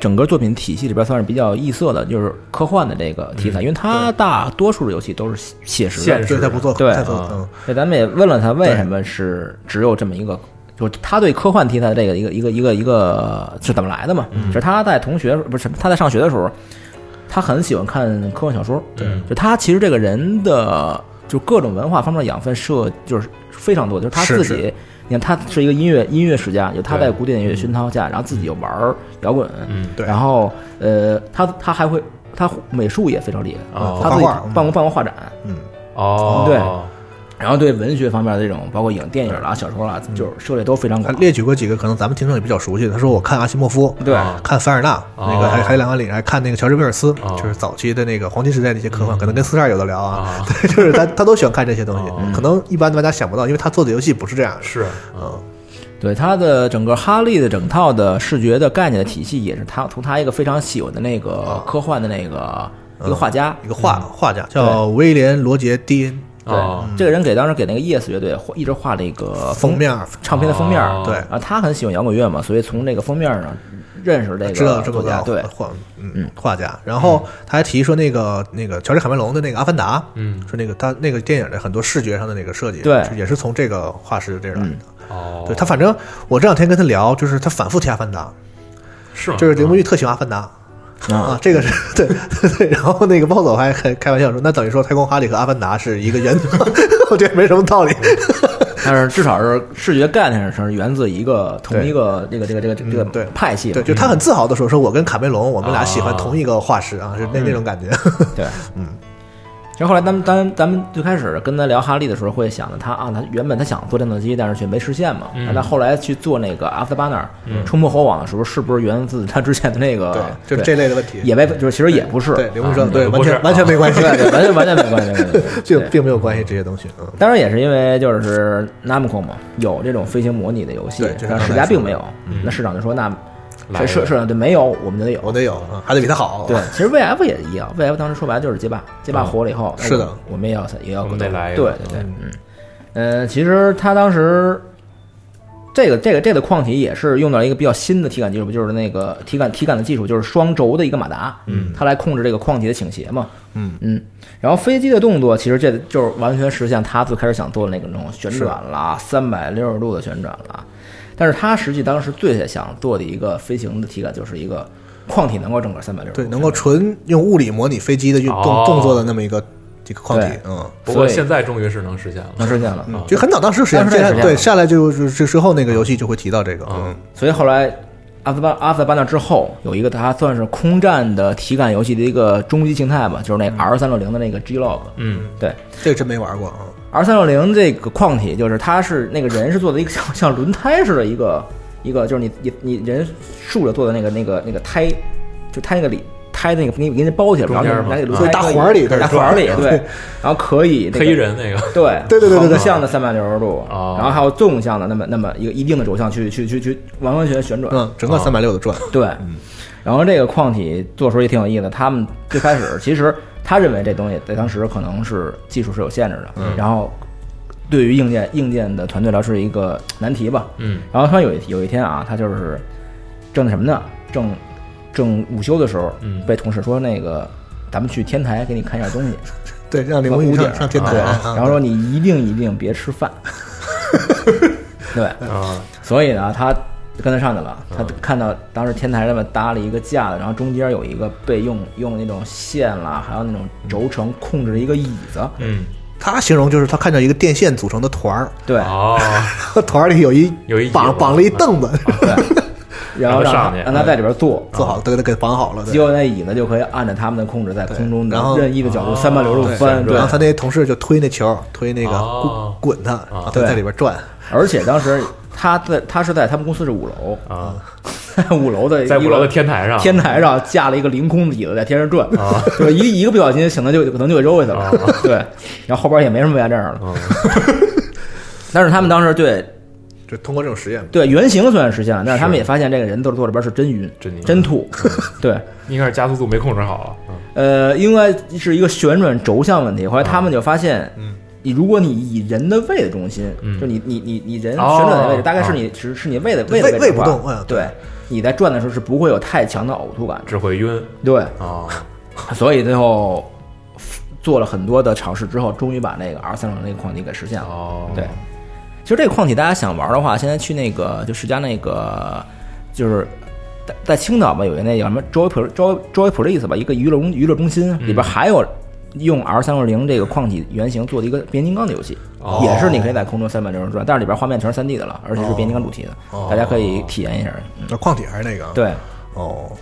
整个作品体系里边算是比较异色的，就是科幻的这个题材，因为他大多数的游戏都是写实的，
嗯现实
对，
是
它不做，
对
它做
啊
嗯，
对，咱们也问了他为什么是只有这么一个，就是他对科幻题材的这个一个一个一个一个是怎么来的嘛？
嗯
就是他在同学不是他在上学的时候，他很喜欢看科幻小说，对，就他其实这个人的就各种文化方面的养分摄就是非常多，就是他
是
自己。
是
你看，他是一个音乐音乐世家，就他
对
在古典音乐熏陶下，然后自己又玩儿摇滚，
嗯
嗯对
然后呃，他他还会他美术也非常厉害，
哦
他自己
画画嗯
办过办过画展，
哦，
对然后对文学方面的这种，包括影电
嗯
影啦、小说啦，就是涉猎都非常
他
广。
列举过几个可能咱们听众也比较熟悉的，他说我看阿西莫夫，
对
啊
看凡尔纳，那个还
哦
还有两个里还看那个乔治威尔斯
哦，
就是早期的那个黄金时代的一些科幻，可能跟四十二有的聊啊
啊，
对，就是他他都喜欢看这些东西
哦，
可能一般玩家想不到，因为他做的游戏不是这样的，
是
嗯，
对他的整个哈利的整套的视觉的概念的体系，也是他从他一个非常喜欢的那个科幻的那个
嗯
一个画家，
一个画画家叫威廉·罗杰·迪恩，
对嗯
哦，
嗯
这个人给当时给那个 Yes 乐队画一直画那个
封面儿
唱片的封面儿
哦，
对
然后他很喜欢摇滚乐嘛，所以从这个封面上认识这个
知道这么
作
个
家，对，
画嗯画家，然后他还提说那个那个乔治·卡梅隆的那个《阿凡达》，
嗯，
说那个他那个电影的很多视觉上的那个设计，
对
是也是从这个画师这儿来的。
哦，
对他，反正我这两天跟他聊，就是他反复提《阿凡达
是》，吗嗯
就是刘梦玉特喜欢《阿凡达》啊，这个是对对对。然后那个暴走还还开玩笑说，那等于说《太空哈利》和《阿凡达》是一个源头， 我觉得没什么道理。
但是至少是视觉概念上是源自一个同
对嗯
一个这个这个这个这个
对
派系嘛，
对，就他很自豪的说，说我跟卡梅隆，我们俩喜欢
啊
同一个画师啊，是那那种感觉。
对，嗯。然后后来咱们咱们咱们最开始跟他聊哈利的时候，会想着他啊，他原本他想做战斗机，但是却没实现嘛。
嗯
那他后来去做那个阿斯巴那儿冲破火网的时候，是不是源自他之前的那个？
对，就是
对
这类的问题。
也被就是其实也不是，
对，刘梦说
啊
对，
不
完
是
全完全没关系
对，对完全完全没关系没关 系。
就
对
并没有关系这些东西。嗯，
当然也是因为就是 Namco 嘛，有这种飞行模拟的游戏
对就，像
但世
刚才
嘉并
说
没有。
嗯
那市长就说那
来一个
社社长就没有，我们就得有。
我得有，啊，还得比他好。
对，其实 VF 也一样，VF 当时说白了就是街霸，街霸火了以后，那
嗯是的
我们，我们也要也要
我们
格
得
斗
来一
对
个
对对，嗯，呃，其实他当时这个这个这个矿体也是用到了一个比较新的体感技术，就是那个体感体感的技术，就是双轴的一个马达，嗯，它来控制这个矿体的倾斜嘛，嗯嗯，然后飞机的动作其实这就是完全实现他最开始想做的那个那种旋转啦，三百六十度的旋转啦。但是他实际当时最想做的一个飞行的体感，就是一个矿体能够整个三百六十度
对，
旋转，
能够纯用物理模拟飞机的运
哦
动动作的那么一个一个框体
对，
嗯。
不过
所以
现在终于是能实现了，
能实现了。
啊
就很早当时实验，
当时
接
也
下
实验
对
了
下来就是之之后那个游戏就会提到这个，
嗯
嗯，
所以后来阿斯巴阿斯巴纳之后，有一个它算是空战的体感游戏的一个终极形态吧，就是那 R 三六零的那个 G log。
嗯，
对
这个真没玩过啊。
，R 三六零这个矿体就是它是那个人是做的一个 像像轮胎似的一个一个，就是你你你人竖着做的那个那个那个胎，就它那个里。胎那个给你给你包起来，然
中间
后
嘛
拿那个轮
所以
胎
大环儿里
对大
开始
环儿里
转
对，然后可以那个
黑人那个，
对
对对对对对
横向的三百六十度，
哦
然后还有纵向的那么那么一个一定的轴向去去去去完完全全旋转，
嗯，整个三百六的转，
对，然后这个矿体做出也挺有意思的。他们最开始其实他认为这东西在当时可能是技术是有限制
嗯
的，然后对于硬件硬件的团队来说是一个难题吧。
嗯，
然后他有一有一天啊，他就是正那什么呢？正正午休的时候，
嗯
被同事说那个咱们去天台给你看一下东西，
对，让
那
灵魂
屋顶儿
上上天台
对，
啊，啊
然后说你一定一定别吃饭，对，
啊，
所以呢，他跟他上去了。他看到当时天台上面搭了一个架子，然后中间有一个备用用那种线啦，还有那种轴承控制的一个椅子。
嗯，
他形容就是他看到一个电线组成的团儿，
对
哦，
团儿里有一
有一椅
绑
子
绑了一凳子，
对，然后
让他
让
上
他
去
让他在里边坐，
做好给他给绑好了，嗯对
结果那椅子就可以按照他们的控制在空中的
然后
任意的角度
哦
三百六十度
对
翻。对
然，后他那同事就推那球，推那个
哦
滚滚他，让他
对
在里边转，
而且当时他在他是在他们公司是五楼，
啊，
在 五楼的
在
一
五
个
楼的天台上，
天台上架了一个凌空的椅子在天上转，
啊
对，一一个不小心可能就可能就给扔回去了
啊，
对，然后后边也没什么外战了。
嗯
但是他们当时对
就通过这种实验嘛。
对原型虽然实现了，但是他们
是
也发现这个人坐坐里边是真晕、
真晕
真吐，对，
一开始加速度没控制好，嗯
呃，应该是一个旋转轴向问题。后来他们就发现，
嗯，
你如果你以人的胃的中心，
嗯
就你你你你人旋
哦
转的位置，大概是
哦
你是是你胃的
对
的
胃
位置
胃不
吧
动
哎
嗯
对
对，
你在转的时候是不会有太强的呕吐感，
只会晕
对，
啊，
所以最后做了很多的尝试之后，终于把那个 R 三零那个矿体给实现了。
哦，
对，其实这个矿体大家想玩的话，现在去那个就世嘉那个就是。在在青岛吧，有一个那叫什么 Joy Pol- Joy Joy Police 吧，一个娱乐中娱乐中心里边还有用 R 三六零这个矿体原型做的一个变形金刚的游戏，
哦
也是你可以在空中三百六十转，但是里边画面全是三 D 的了，而且是变形金刚主题的，大家可以体验一下。嗯
那矿体还是那个啊？
对，
哦，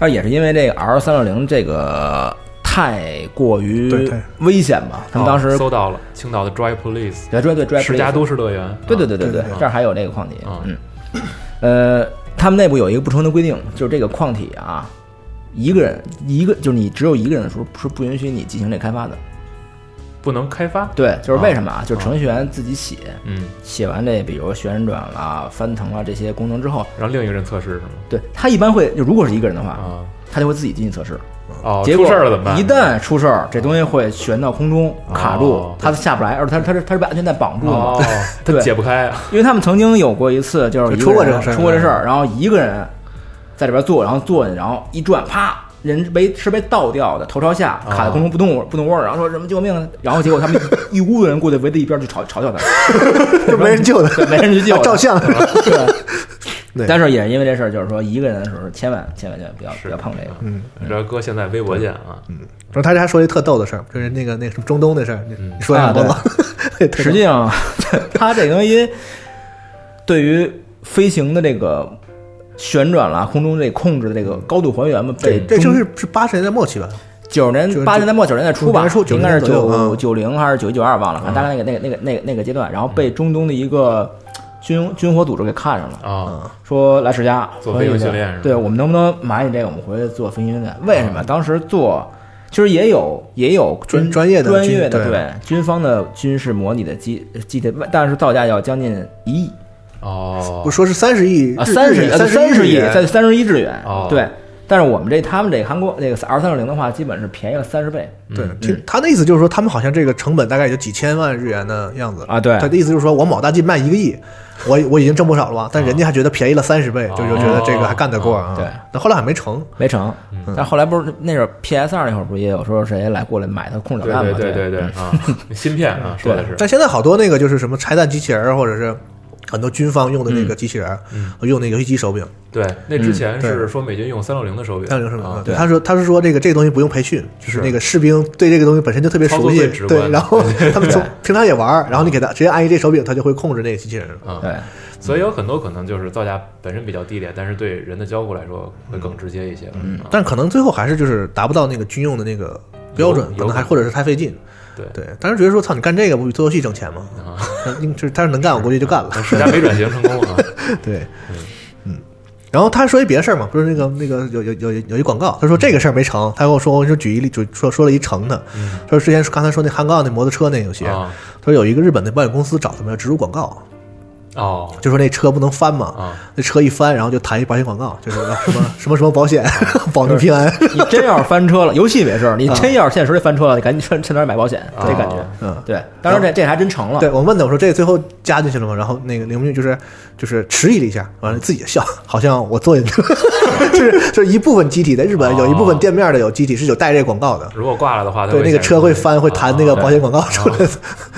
但也是因为这个 R 三六零这个太过于
对太哦
危险吧，他们当时
哦搜到了青岛的 Dry Police，
对对对对，
十佳都市乐园，
对对对对
对
对
对，哦
这儿还有这个矿体
啊，
嗯，呃，他们内部有一个不成文的规定，就是这个矿体啊，一个人一个就是你只有一个人的时候是不允许你进行这开发的。
不能开发，
对，就是为什么
哦
啊？就是程序员自己写，
嗯，
写完这比如旋转啦、翻腾啦这些功能之后，
让另一个人测试是吗？
对他一般会就如果是一个人的话，
哦
啊，
他就会自己进去测试。
嗯
哦，
结果
出事儿了怎么办？
一旦出事儿，这东西会悬到空中卡住
哦，
它下不来，而且它它是它是被安全带绑住的嘛
哦，，它
嗯
对
解不开啊，
因为他们曾经有过一次，就是
就
一个人
出过这种事儿嗯
出过这事儿，然后一个人在里边坐，然后坐进去，然后一转，啪，人被是被倒掉的，头朝下
啊
卡在空中不动不动窝儿，然后说什么救命啊，然后结 果他们一一屋子人过去围在一边就嘲嘲笑他，
就没人救 的，
对没人去救他，
照相。
对，
对
但是也是因为这事儿，就是说一个人的时候千万千万千万不要不要碰这个，
嗯，这哥现在微博见啊，
然后他这还说一特逗的事儿，就是那个那个什么中东的事儿，你你说一下
啊对
吧。
实际上 他这个东西对于飞行的这个旋转啦、空中这控制的这个高度还原嘛，被
这就
中
是是八十年代末期吧？
九
就
十年
是
八十年代末九十年代初吧，
90
应该是
左右
九
嗯
九零还是九一九二忘了，反正大概那个那个那个那个那个阶段，然后被中东的一个军军火组织给看上了，
嗯
啊，
说来世家
做
说
飞行
那个
训练是吧嗯
对我们能不能买你这个，我们回去做飞行训练？为什么当时做？其实也有也有
专
军
专业的
专
军
业的
对
对军方的军事模拟的机机体，但是造价要将近一亿
哦，
不说是三十亿
啊，三十亿
三
三十亿，
亿
在三十一日元
哦
对。但是我们这他们这韩国这个 R 三六零的话，基本是便宜了三十倍，
对，
嗯
听他那意思就是说，他们好像这个成本大概也就几千万日元的样子
啊对
他的意思就是说我卯大劲卖一个亿，我我已经挣不少了吧？但人家还觉得便宜了三十倍，就就觉得这个还干得过啊。
啊哦对，
那后来还没成，
没成。
嗯
但后来不是那阵 PS 二那会儿不是也有说谁来过来买他控制
对
导
对
弹吗？
对对对啊，芯片啊，说的是
嗯但现在好多那个就是什么拆弹机器人儿，或者是很多军方用的
嗯
那个机器人儿，用那个游戏机手柄，
对，那之前
嗯对
是说美军用三六零的手柄，
三六零手柄。
啊
对他说他是说这个这个东西不用培训，就是
是
那个士兵对这个东西本身就特别
操作
熟悉
最直，观
对，然后他们从平常也玩儿，然后你给他直接按一这手柄，他就会控制那个机器人了。
啊，
对，
所以有很多可能就是造价本身比较低廉，但是对人的交互来说会更直接一些。嗯，
但可能最后还是就是达不到那个军用的那个标准
有，有
可能
可
还
能
或者是太费劲。
对
对，当时觉得说，操，你干这个不比做游戏挣钱吗？
啊，
嗯就是他是能干，我估计就 干了。
世家没转型成功 啊，
对，嗯。然后他说一别的事儿嘛，不是那个那个有有有有一广告，他说这个事儿没成，他跟我说，我就举一例，就说说了一成的，说之前刚才说那汉高那摩托车那游戏，
嗯啊
他说有一个日本的保险公司找他们要植入广告，
哦
就说那车不能翻嘛，
啊，
那车一翻，然后就弹一保险广告，就是什么什么什么保险， 保你平安，
你真要是翻 车了，游戏没事儿，你
啊
真要是现实里翻车了，你赶紧趁趁早买保险，
啊
这感觉。
嗯。
对，当然这这还真成了。
对，我问他，我说这最后加进去了吗？然后那个林明就是就是迟疑了一下，完了自己也笑，好像我做进去了， 就是就是一部分机体在日本有一部分店面的有机体是有带这广告的，
如果挂了的话，它
对，那个
显示
车会
出
翻会弹那个
啊
保险广告出来的，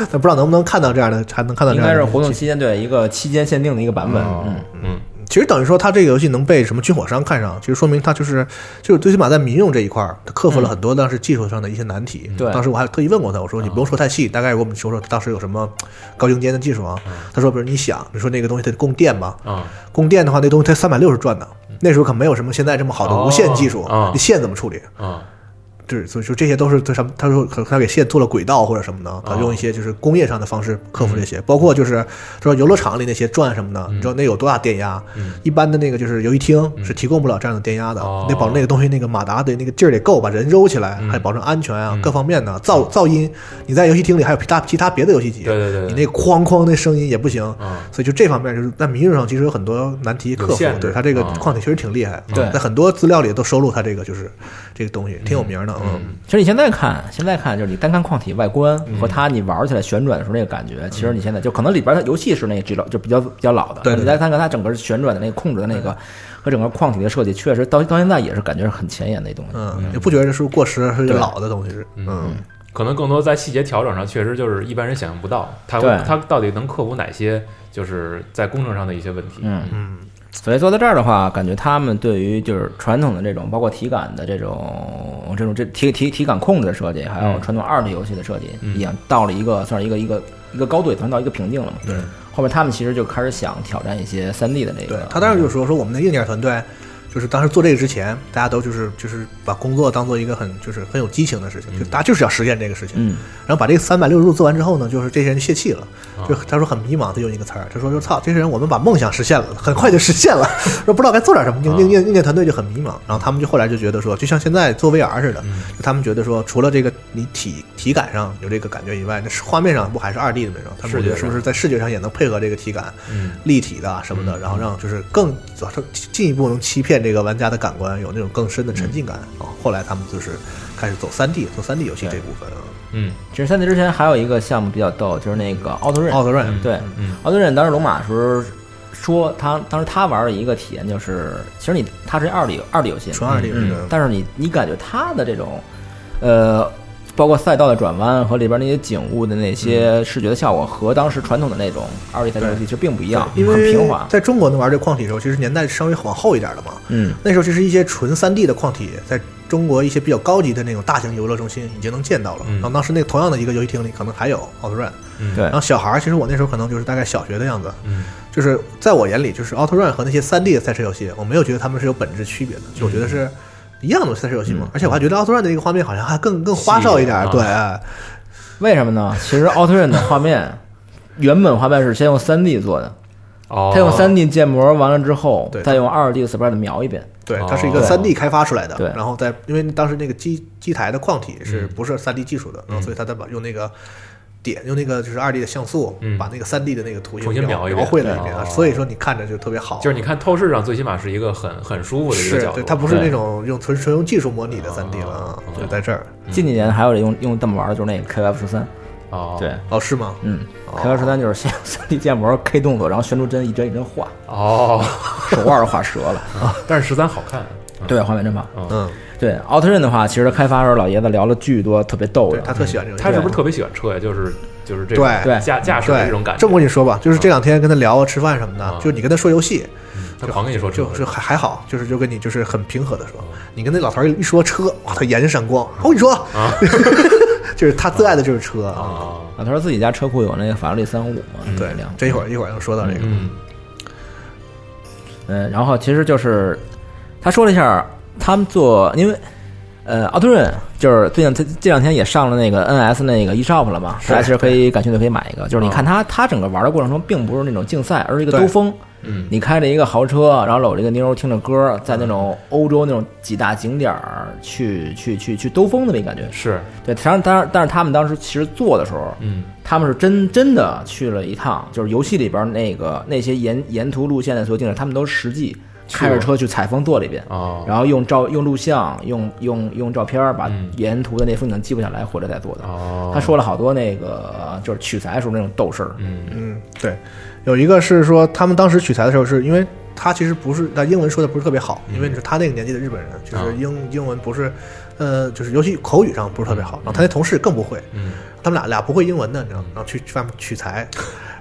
但不知道能不能看到这样的，还能看到这
应
样
该
的。
是活动期间对一个期间限定的一个版本，
哦
嗯，
嗯
其实等于说他这个游戏能被什么军火商看上，其实说明他就是就是最起码在民用这一块儿，他克服了很多当时技术上的一些难题。
对
当时我还特意问过他，我说你不用说太细，大概给我们说说当时有什么高精尖的技术啊？他说，比如你想，你说那个东西它供电吗？
啊
供电的话，那东西它三百六十转的，那时候可没有什么现在这么好的无线技术
哦哦，
你线怎么处理？
啊
对，所以说这些都是他什么？他说可能他给线做了轨道或者什么的，
哦
他用一些就是工业上的方式克服这
嗯
些，包括就是说游乐场里那些转什么的，你知道那有多大电压？一般的那个就是游戏厅是提供不了这样的电压的
嗯哦，嗯
得保证那个东西那个马达得那个劲儿得够，把人揉起来，还保证安全啊，各方面的噪噪音。你在游戏厅里还有其他其他别的游戏机，
对对对对
你那哐哐那声音也不行
嗯，
所以就这方面就是在民用上其实有很啊多难题克
有
服
限制，
对他这个
嗯
矿体确实挺厉害，啊
对
在很多资料里都收录他这个就是这个东西挺有名的，嗯
其实你现在看，现在看就是你单看矿体外观和它你玩起来旋转的时候那个感觉，其实你现在就可能里边它游戏是那个 G 老就比较比较老
嗯
的，
对对嗯
你再看看它整个旋转的那个控制的那个和整个矿体的设计，确实到到现在也是感觉是很前沿的一东西。
嗯，也不觉得这是不是过时，是老的东西是，嗯，
可能更多在细节调整上，确实就是一般人想象不到，它
对
它到底能克服哪些，就是在工程上的一些问题。
嗯所以做到这儿的话，感觉他们对于就是传统的这种，包括体感的这种这种这体体体感控制的设计，还
嗯
有传统二 D 游戏的设计，已经到了一个算是一个一个一个高度，也算到一个瓶颈了嘛。对，后面他们其实就开始想挑战一些三 D 的那
对
个。
他当时就说说我们的硬件团队，就是当时做这个之前，大家都就是就是把工作当做一个很就是很有激情的事情，就大家就是要实现这个事情，
嗯，
然后把这个三百六十度做完之后呢，就是这些人泄气了，
啊
就他说很迷茫，他用一个词儿，他说说操，这些人我们把梦想实现了，很快就实 现了，说不知道该做点什么，
啊
硬硬硬硬件团队就很迷茫，然后他们就后来就觉得说，就像现在做 VR 似的，
嗯
就他们觉得说，除了这个你体体感上有这个感觉以外，那是画面上不还是二 D 的那种，他们
视觉
觉得是不是在视觉上也能配合这个体感，
嗯
立体的啊什么
嗯
的，然后让就是更进一步能欺骗这个玩家的感官，有那种更深的沉浸感
嗯
啊。后来他们就是开始走三 D，做三 D 游戏这部分啊。
嗯，
其实三 D 之前还有一个项目比较逗，就是那个奥特瑞。
嗯
奥特曼，
嗯对，奥特瑞当时龙马的时候说他当时他玩的一个体验就是，其实你他是二 D 二 D 游戏嘛，
纯二 D
嗯
的，
但是你你感觉它的这种，呃，包括赛道的转弯和里边那些景物的那些视觉的效果，和当时传统的那种二 D 赛车游戏其实并不一样，
因
很
为
平滑。
在中国能玩这矿体的时候，其实年代稍微往后一点了嘛。
嗯，
那时候其实一些纯三 D 的矿体，在中国一些比较高级的那种大型游乐中心已经能见到了。
嗯
然后当时那同样的一个游戏厅里，可能还有奥特曼。
对
然后小孩儿，其实我那时候可能就是大概小学的样子，
嗯，
就是在我眼里，就是 Auto Run 和那些3 D 的赛车游戏，我没有觉得他们是有本质区别的，
嗯
就我觉得是一样的赛车游戏嘛。而且我还觉得 Auto Run 的这个画面好像还更更花哨一点
嗯
儿，
细一
对，
点
啊为什么呢？其实奥特瑞的画面原本画面是先用三 D 做的，
哦，
他用三 D 建模完了之后，
对
再用二 D 的 sprite 描一遍。
对
哦，
它是一个
对嗯
3 D 开发出来的，
对
然后在因为当时那个机机台的矿体是不是3 D 技术的，然后所以它再把用那个点用那个就是2 D 的像素，
嗯
把那个3 D 的那个图
重
形
新描一遍
绘了一遍
对
啊，
哦
所以说你看着就特别好，
就是你看透视上最起码是一个很很舒服的一个
是
角度，
对，它不是
对
那种用纯纯用技术模拟的3 D 了啊，
哦
就在这儿
近几年还有人用用这么玩的，就是那个 KF 十三。
哦，
对，
哦是吗？
嗯，KF 十三就是先用三 D 建模 K 动作，然后旋出针一针一针画，
哦，
手腕都画折 了。
但是十三好看，
对，画面真棒。
嗯，
对，奥特任的话，其实开发时候老爷子聊了巨多，特别逗
对
的。
他特喜欢这个游戏，
他是不是特别喜欢车呀？就是就是这
对
种
对
驾驾驶的
对
这种感觉哦
这么，跟你说吧，就是这两天跟他聊啊吃饭什么的，就是你跟他说游戏，
他狂跟你说车
就，就还还好，就是就跟你就是很平和的说，你跟那老头儿一说车，哇，他眼睛闪光，我跟你说， 就是他最爱的就是车啊，
啊，
啊，他说自己家车库有那个法拉利三五嘛，
嗯对
两，
这一会儿一会儿要说到这个，
嗯
嗯，然后其实就是他说了一下，他们做，因为呃，奥特润就是最近这这两天也上了那个 NS 那个 eShop 了嘛，大家其实可以感兴趣可以买一个。就是你
哦
看他他整个玩的过程中，并不是那种竞赛，而是一个兜风。
嗯，
你开着一个豪车，然后搂着一个妞儿，听着歌，在那种
嗯
欧洲那种几大景点儿去去去去兜风的那感觉。
是，
对，当然，当然，但是他们当时其实做的时候，
嗯，
他们是真真的去了一趟，就是游戏里边那个那些沿沿途路线的所有景点，他们都实际开着车去采风做了一遍，
哦
然后用照用录像用用用照片儿把
嗯
沿途的那风景记录下来，回来再做的。
哦
他说了好多那个就是取材时候那种逗事儿，
嗯
嗯，对，有一个是说他们当时取材的时候，是因为他其实不是他英文说的不是特别好，因为你说他那个年纪的日本人，就是英、英文不是，呃，就是尤其口语上不是特别好，然后他那同事更不会，
嗯
他们俩俩不会英文的，你知道吗？然后去去外面取材，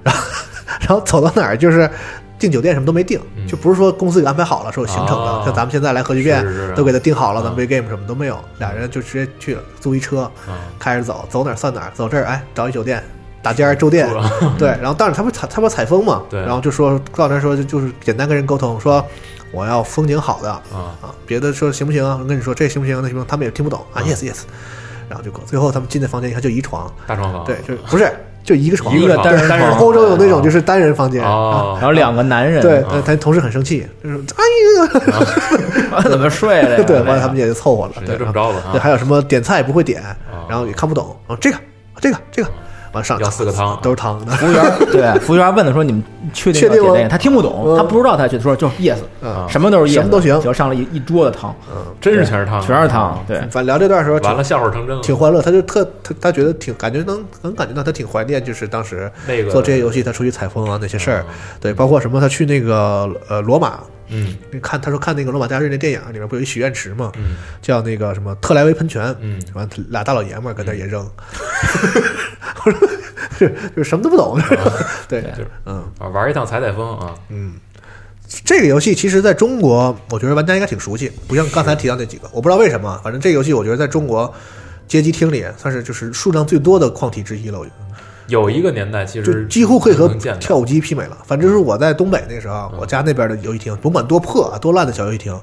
然后 然后走到哪儿就是。订酒店什么都没订，就不是说公司给安排好了，是有行程的。
嗯哦
像咱们现在来核聚变，
是是是嗯
都给他订好了，咱们 big game 什么都没有，俩人就直接去了，租一车，
啊，
开始走，走哪儿算哪儿，走这儿，哎，找一酒店，打尖儿住店
住了，
对，然后但是他不采他不采风嘛，
对
然后就说到那儿说就就是简单跟人沟通，说我要风景好的
啊，
啊，别的说行不行啊？我跟你说这行不行啊？那行不行？他们也听不懂啊。Yes yes，然后就过。最后他们进的房间一看就一床，
大床房，
对，就不是就一个床，
啊一个单人
单人
床
欧洲有那种就是单人房间，啊
哦
然，后两个男人，
对
啊，
但但同事很生气，就是哎呀，
啊， 怎么睡了呀？
对，
那
完了
个
他们也就凑合了，
是
对，
就这么
然后
着吧啊
对，还有什么点菜不会点，然后也看不懂，然后这个这个这个，完了上
要四个汤
都是汤的，
服务员 对服务员问的说：“你们确定
确定
要
吗
点这个？”他听不懂，
嗯
他不知道，他就说就是 yes，
嗯
什么都是 yes，
什么都行嗯
就上了一一桌子汤，
真是全是汤，
全是汤，对，
反正聊这段的时候挺
完了，笑话成真了，
挺欢乐，他就特他他觉得挺感觉能能感觉到他挺怀念，就是当时
那个
做这些游戏，他出去采风啊那些事儿，对，包括什么他去那个呃罗马。
嗯
看他说看那个罗马假日那电影啊里面不有一许愿池吗？
嗯
叫那个什么特莱维喷泉，
嗯
完他俩大老爷们儿搁那儿也扔， 我说 就就什么都不
啊
懂，对，
就是
嗯，
啊，玩一趟采采风啊，
这个游戏其实在中国，我觉得玩家应该挺熟悉，不像刚才提到那几个，我不知道为什么，反正这个游戏我觉得在中国街机厅里算是就是数量最多的矿体之一了，我觉得。
有一个年代其
就
实
几乎可以和
能见到
跳舞机媲美了。反正就是我在东北那时候，我家那边的游戏厅，甭管多破啊、多烂的小游戏厅，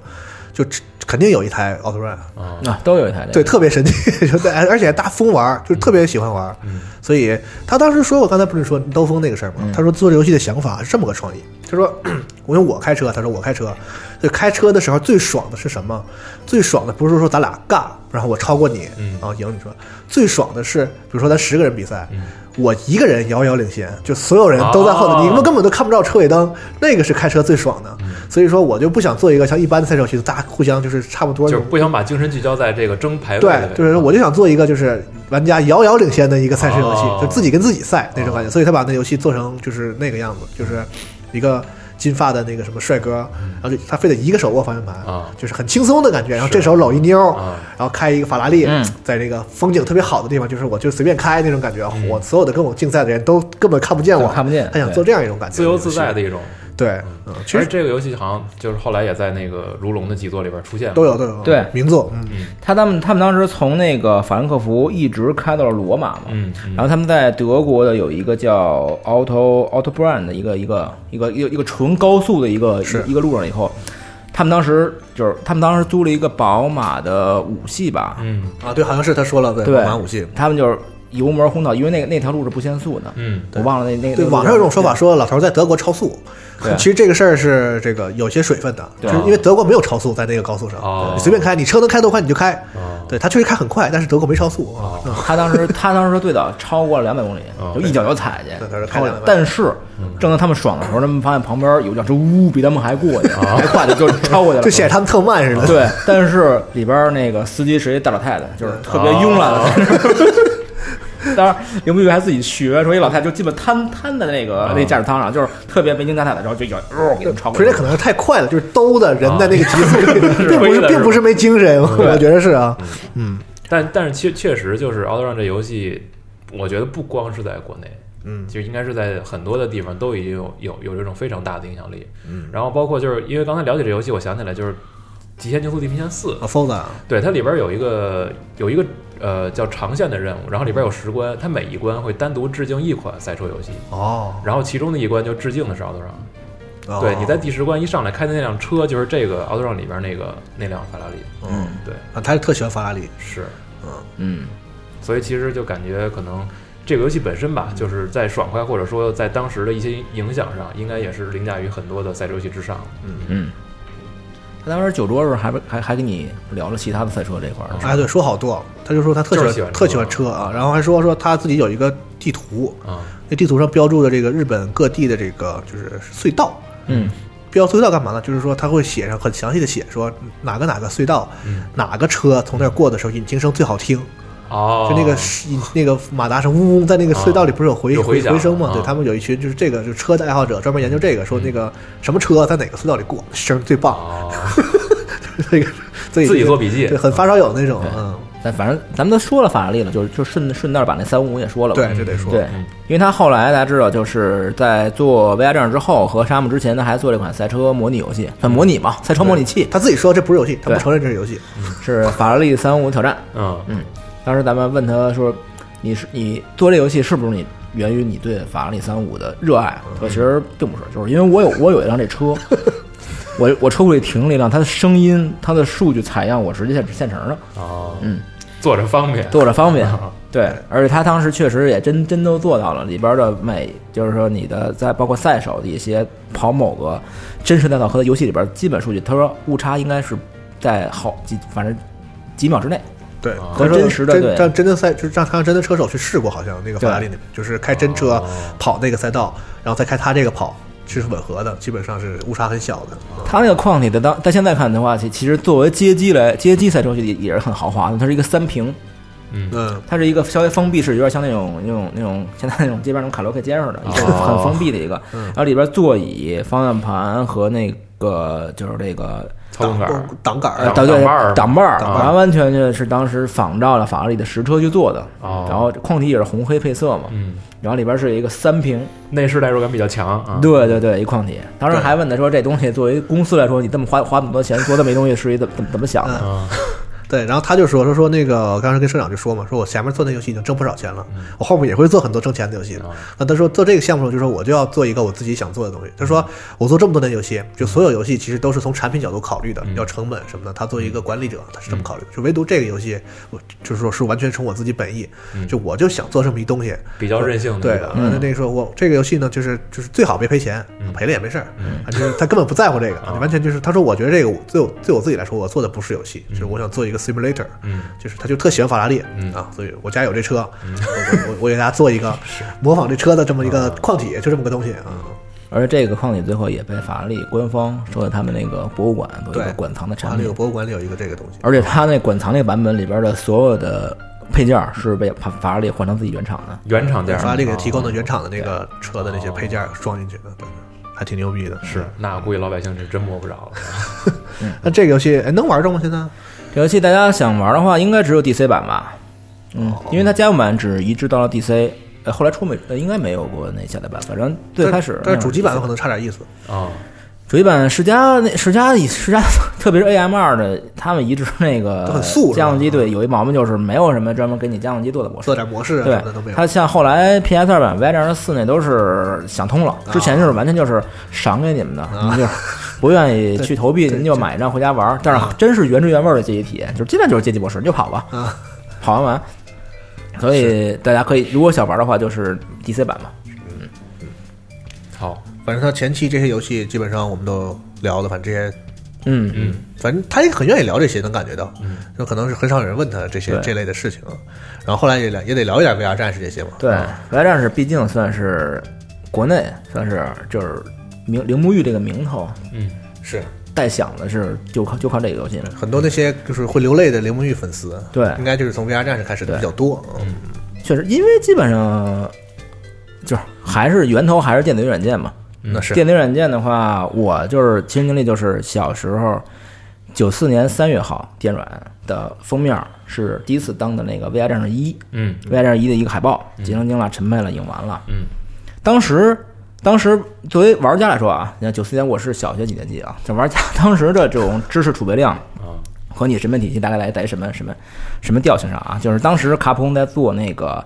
就只肯定有一台奥特曼，
啊，
啊，都有一台这
对，
个，
特别神奇， 就在而且还大疯玩儿，就是特别喜欢玩儿。
嗯
所以他当时说，我刚才不是说兜风那个事儿吗？他说做这游戏的想法是这么个创意，他说， 我用我开车，他说我开车，就开车的时候最爽的是什么？最爽的不是说咱俩尬，然后我超过你，
嗯
然后赢你说，最爽的是，比如说咱十个人比赛。我一个人遥遥领先，就所有人都在后头，
嗯哦嗯
你们根本都看不着车尾灯，那个是开车最爽的。所以说，我就不想做一个像一般的赛车游戏，大家互相就是差不多
就是
那种
不想把精神聚焦在这个争排位
对
的位置，
就是我就想做一个就是玩家遥遥领先的一个赛事游戏，
哦
就自己跟自己赛那种感觉，所以他把那游戏做成就是那个样子，就是一个金发的那个什么帅哥，然后就他非得一个手握方向盘，
嗯啊
就是很轻松的感觉，然后这手搂一妞，
啊
然后开一个法拉利，
嗯
在这个风景特别好的地方，就是我就随便开那种感觉，
嗯
我所有的跟我竞赛的人都根本看不见我，
都看不见
他想做这样一种感觉，
自由自在
的
的一种。
对，嗯，其
而
实
这个游戏好像就是后来也在那个如龙的几作里边出现了，
都有都有
对
名作，嗯。
他他们他们当时从那个法兰克福一直开到了罗马嘛，
嗯嗯
然后他们在德国的有一个叫 Auto Autobahn 的一个一个一个一个一个纯高速的一个
是
一个路上以后，他们当时就是他们当时租了一个宝马的五系吧，
嗯
啊，对，好像是他说了，对，
对，
宝马五系，
他们就是油门轰到，因为那个那条路是不限速的，
嗯，
我忘了那那个
对，
路
网上有种说法说老头在德国超速
对，
其实这个事儿是这个有些水分的，就
对
是因为德国没有超速在那个高速上，
哦
你随便开，你车能开多快你就开
哦。
对他确实开很快，但是德国没超速啊。
哦
嗯
他当时他当时最早超过了两百公里
哦，
就一脚油踩去
对他是，开
超过
200
但是
嗯
正当他们爽的时候，他们发现旁边有辆车呜比他们还过去，还快的就超过去了。
哦
嗯
就显得他们特慢似的。
对，但是里边那个司机是一大老太太，就是特别慵懒的。
哦
当然，刘明玉还自己学，说一老太太就基本瘫瘫在那
哦
个那驾驶舱上，就是特别没精打采的，然后就咬，哦给他们超过
不
去
是，
了。
这可能是太快了，就是兜的人在那个极速里，
是
并不
推
是
的
并不是没精神，
对
我觉得是啊。
但但是确确实就是《奥特曼》这游戏，我觉得不光是在国内，嗯，就应该是在很多的地方都已经有有有这种非常大的影响力。嗯，然后包括就是因为刚才了解这游戏，我想起来就是《极限竞速地平线四》，
啊，疯子啊，
对，它里边有一个有一个呃叫长线的任务，然后里边有十关，它每一关会单独致敬一款赛车游戏，
哦，
然后其中的一关就致敬的是奥特让。
哦
对，你在第十关一上来开的那辆车就是这个奥特让里边那个那辆法拉利。
嗯
对，
啊，他是特喜欢法拉利，
是，
嗯，
所以其实就感觉可能这个游戏本身吧，就是在爽快或者说在当时的一些影响上，应该也是凌驾于很多的赛车游戏之上。
嗯他当时酒桌的时候还不还还跟你聊了其他的赛车这块儿，
哎，对，说好多，他就说他特
就是
喜
喜欢
欢
车
特喜欢车啊，然后还说说他自己有一个地图，
啊、
那地图上标注的这个日本各地的这个就是隧道，
嗯，
标隧道干嘛呢？就是说他会写上很详细的写说哪个哪个隧道，
嗯
哪个车从那儿过的时候引擎声最好听，
哦，
就那个是引那个马达声嗡嗡，在那个隧道里不是有回、
有回
回
响
声吗？对
啊嗯
他们有一群就是这个就是车的爱好者，专门研究这个，说那个什么车在哪个隧道里过声最棒，
哦，
这个自
自己做笔记
对，很发烧友那种，嗯，
但反正咱们都说了法拉利了，就是就顺顺道把那三五五也说了吧。
对，这得说，嗯
对，因为他后来大家知道，就是在做 VR 战士之后和沙漠之前，他还做了一款赛车模拟游戏，算模拟嘛，赛车模拟器，
他自己说这不是游戏，他不
对
承认这是游戏，
是法拉利三五挑战。
嗯
嗯，当时咱们问他说，你是你做这游戏是不是你源于你
嗯
对法拉利三五的热爱？他说其实并不是，就是因为我有我有一辆这车，我我车库里停了一辆，它的声音、它的数据采样，我直接现现成的，
哦，
嗯，
坐着方便，
坐着方便。
啊
对，而且他当时确实也真真都做到了，里边的每就是说你的在包括赛手的一些跑某个真实赛道和在游戏里边基本数据，他说误差应该是在好几反正几秒之内，
对，
啊
他说
和真实的对
真让真的赛，就是让他让真的车手去试过，好像那个法拉利那边，就是开真车
哦
跑那个赛道，然后再开他这个跑，这是吻合的，基本上是误差很小的。
他那个矿体的当，但现在看的话，其其实作为街机来街机赛车也也是很豪华的，它是一个三屏，
嗯，
嗯，
它是一个稍微封闭式，有点像那种那种那种现在那种街边那种卡拉 OK 街似的，一个很封闭的一个，然后里边座椅、方向盘和那个就是这个
操纵杆儿，
挡杆
呃
儿啊
挡，
对
把儿
挡把儿，
挡把儿
完完全全是当时仿照了法拉利的实车去做的，
哦
然后矿体也是红黑配色嘛，
嗯，
然后里边是一个三屏，
内饰代入感比较强啊。
对对对，一矿体。当时
对
还问他说，这东西作为公司来说，你这么花花那么多钱做这么一东西，是一怎么怎么怎么想
嗯
的？
啊，
对，然后他就说，他说那个当时跟社长就说嘛，说我前面做那游戏已经挣不少钱了，我后面也会做很多挣钱的游戏的。那他说做这个项目，就说我就要做一个我自己想做的东西。他说我做这么多年游戏，就所有游戏其实都是从产品角度考虑的，要成本什么的。他作为一个管理者，他是这么考虑的。就唯独这个游戏，我就是说是完全从我自己本意，就我就想做这么一东西，
比较任性的
对
一个，
那那个时候我这个游戏呢，就是就是最好别赔钱，
嗯
赔了也没事儿，啊就是他根本不在乎这个，完全就是他说我觉得这个我对我对我自己来说，我做的不是游戏，就是我想做一个 simulator，
嗯
就是他就特喜欢法拉利
嗯
啊，所以我家有这车，我我我给大家做一 个模仿这车的这么一
嗯
个矿体，就这么个东西
嗯
啊，
而这个矿体最后也被法拉利官方收到他们那个博物馆做一
对
个馆藏的
法拉
产
利
品
有，博物馆里有一个这个东西，
而且它那馆藏那个版本里边的所有的配件儿是被法法拉利换成自己原厂的。
原厂店儿
对，法拉利给
啊哦
提供的原厂的那个车的那些配件装进去的，对，还挺牛逼的。
是，那估计老百姓是真摸不着了。
那这个游戏哎能玩着吗？现在？
这游戏大家想玩的话，应该只有 DC 版吧？嗯，
哦
因为它家用版只移植到了 DC，呃，后来出没呃应该没有过那下载版，反正最
但
开始
但是
那
主
会儿
机版
DC
可能差点意思，
啊，
主机版世嘉那世嘉世嘉， 特别是 AM 二的，他们移植那个
都很素是吧嗯
家用机，对，有一毛病就是没有什么专门给你家用机做的模式
做。点模式啊
对
什么的都没，有。
它像后来 PS 二版 Y 二四那都是想通
啊
了，之前就是完全就是赏给你们的，你们就是不愿意去投币， 您就买一张回家玩儿。但是真是原汁原味儿的街机体验，就是基本就是街机模式，你就跑吧，
啊
跑完玩。所以大家可以，如果想玩的话，就是 DC 版嘛。
好，
反正他前期这些游戏基本上我们都聊了，反正这些，
嗯，
嗯，
反正他也很愿意聊这些，能感觉到，就可能是很少有人问他这些
对
这类的事情啊。然后后来也聊也得聊一点 VR 战士这些嘛，
对，《白战士》毕竟算是国内算是就是名铃木玉这个名头
嗯，
是
带响的是就靠就靠这个游戏了。
很多那些就是会流泪的铃木玉粉丝，啊
对
应该就是从 VR 战士开始的
对
比较多，嗯，
确实，因为基本上就是还是源头还是电子软件嘛。
那是
电子软件的话，我就是亲身经历，就是小时候九四年三月号电软的封面是第一次当的那个《VR 战士一》，
嗯，
《VR 战士一》的一个海报，结成精了，陈佩了，影完了。
嗯，
当时，当时作为玩家来说啊，你看九四年我是小学几年级啊，这玩家 当时的这种知识储备量
啊，
和你审美体系大概来在什么什么什么调性上啊？就是当时卡普空在做那个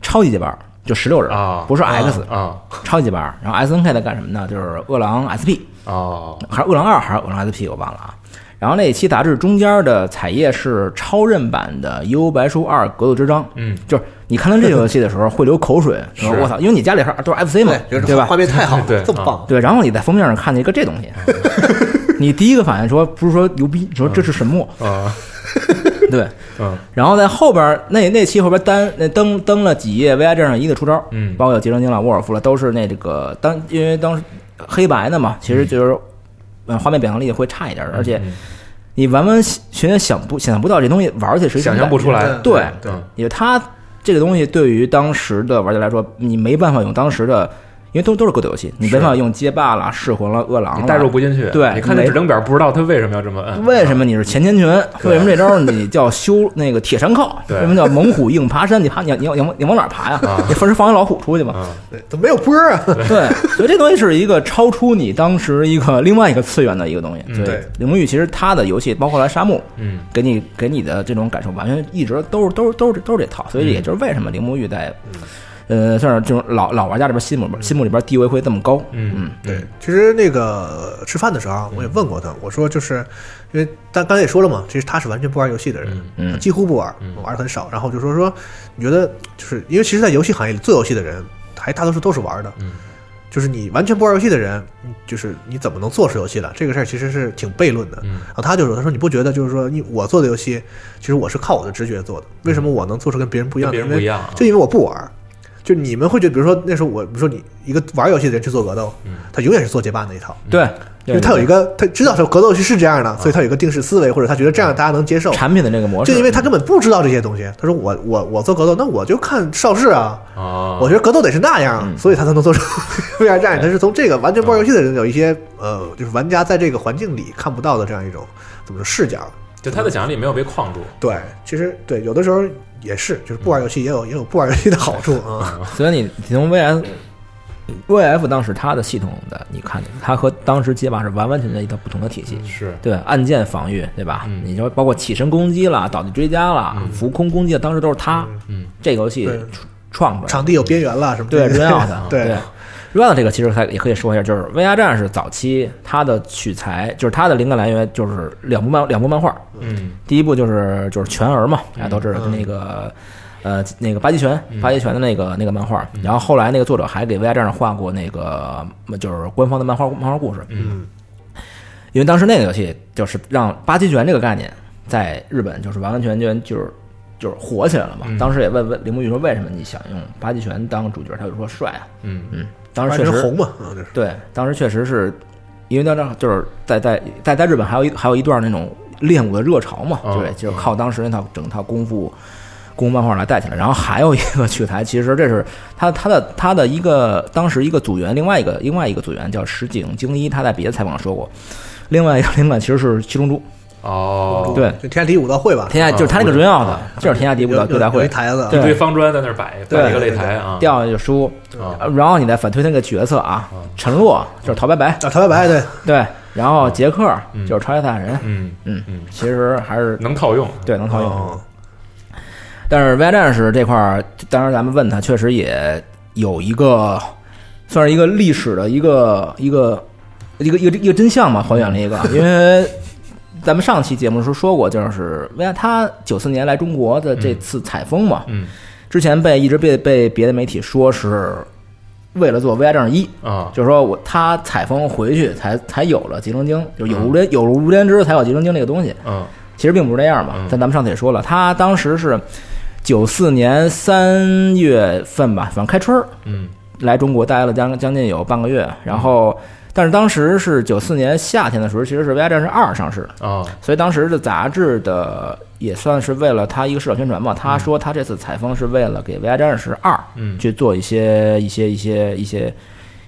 超级接班，就十六人
啊
不是 X，、
啊
超级接班。然后 S N K 在干什么呢？就是饿狼 S P，
哦，
还是饿狼二还是饿狼 S P 我忘了啊。然后那期杂志中间的彩页是超任版的《幽白书二：格斗之章》，
嗯，
就是你看到这个游戏的时候会流口水，说我操，因为你家里还都是 FC 嘛，
对，
对
这
吧
画？面太好了，
对
这么棒，
对，然后你在封面上看见一个这东西，你第一个反应说不是说牛逼，你说这是什么？
啊，
对，
嗯，
然后在后边儿那那期后边单那登登了几页 VI 战上一的出招，
嗯
包括杰伦金了、沃尔夫了，都是那这个当因为当时黑白的嘛，其实就是嗯画面表现力会差一点儿，而
嗯
且你完完全全想不想象不到这东西玩起来是一种
想象
感
不
觉
出来，
嗯
对
对，
因为它这个东西对于当时的玩家来说，你没办法用当时的，因为都都是格斗游戏，你没办法用街霸啦、噬魂啦、饿狼
你
啦，
代入不进去，
对
你看那
没
指令表，不知道他为什么要这么嗯摁，
为什么你是前前拳？为什么这招你叫修那个铁山靠？
对
为什么叫猛虎硬爬山？你爬你你你往你往哪儿爬呀？你分是放一老虎出去吗？
啊，
对，怎么没有波儿啊？
对，所以这东西是一个超出你当时一个另外一个次元的一个东西。
对，
铃木玉其实他的游戏，包括来沙漠，
嗯，
给你
嗯
给你的这种感受，完全一直都是都是都是都是这套，所以也就是为什么铃木玉在呃，算是这种老老玩家里边心目心目里边地位会这么高。
嗯
对，其实那个吃饭的时候啊，我也问过他，我说就是因为但刚才也说了嘛，其实他是完全不玩游戏的人，
嗯
他几乎不玩，玩的很少。然后就说说，你觉得就是因为其实，在游戏行业里做游戏的人，还大多数都是玩的，
嗯
就是你完全不玩游戏的人，你就是你怎么能做出游戏来？这个事儿其实是挺悖论的。
嗯
然后他就说，他说你不觉得就是说你我做的游戏，其实我是靠我的直觉做的，为什么我能做出跟别人不一样的？
跟别人
因为
不一样啊
就因为我不玩儿。就你们会觉得，比如说那时候我，比如说你一个玩游戏的人去做格斗，他永远是做结伴那一套，
对，
因嗯为他有一个嗯他知道说格斗游戏是这样的，所以他有一个定式思维，或者他觉得这样大家能接受。
产品的这个模式，嗯
就因为他根本不知道这些东西，他说我我我做格斗，那我就看邵氏啊，
啊，
我觉得格斗得是那样，所以他才能做出 VR 战役。他是从这个完全不玩游戏的人有一些呃，就是玩家在这个环境里看不到的这样一种怎么说视角。
就他的想象力没有被框住。
对，其实对，有的时候也是，就是不玩游戏也有也有不玩游戏的好处啊。
所以你从 VF VF 当时它的系统的，你看它和当时街霸是完完全全一套不同的体系。
嗯
是，
对按键防御，对吧？
嗯
你就包括起身攻击啦、倒地追加啦、浮空攻击，啊当时都是它。
嗯，
这个游戏
嗯对
创出来的，
场地有边缘了什么之
对
类的？
Real
对
对 Real 这个其实还也可以说一下，就是 VR 战士早期它的取材，就是它的灵感来源就是两部漫两部漫画，
嗯
第一部就是就是全儿嘛，大家都知道就那个。
嗯
呃，那个八极拳，八极拳的那个那个漫画，然后后来那个作者还给 VR 战士画过那个，嗯就是官方的漫画漫画故事，
嗯
因为当时那个游戏就是让八极拳这个概念在日本就是完完全全就是就是火起来了嘛。
嗯
当时也问问铃木玉说为什么你想用八极拳当主角，他就说帅啊，
嗯
嗯，当时
反
确
正
实
红嘛，嗯，就是
对，当时确实是因为当时就是在在在在日本还有一还有一段那种练武的热潮嘛，
哦
嗯
对，就是靠当时那套整套功夫功夫漫画来带起来。然后还有一个取材，其实这是他他的他的一个当时一个组员，另外一个另外一个组员叫石井精一，他在别的采访上说过，另外一个灵感其实是七龙珠，
哦，
对，
就天下第一武道会吧，
天下就是他那个荣耀的，就是天下第一武
有
道对待
有
会
一。台子啊，
一
对
堆方砖在那儿摆摆一个擂台啊，
掉下去输，
哦
啊
呃然后你再反推那个角色啊，陈洛就是陶白白，
啊，陶白白对，
对，然后
哦
杰克就是超级赛亚人，
嗯，
嗯
嗯，
其实还是
能套用，
对能套用。
嗯
但是 VR 战士这块儿，当时咱们问他，确实也有一个算是一个历史的一个一个一个一个一个真相吧，还原了一个，因为。咱们上期节目的时候说过，就是 VR 他九四年来中国的这次采风嘛，
嗯
之前被一直被被别的媒体说是为了做 VR 战士一，
啊，
就是说我他采风回去才才有了集成精，就有无连有了无连枝才有集成精这个东西。
嗯
其实并不是这样嘛
嗯。
但咱们上次也说了，他当时是九四年三月份吧，反正开春儿
嗯
来中国待了将将近有半个月，然后。但是当时是九四年夏天的时候，其实是《VR 战士二》上市的，
啊，
所以当时的杂志的也算是为了他一个市场宣传嘛。他说他这次采风是为了给《VR 战士二》
嗯
去做一些一些一些一些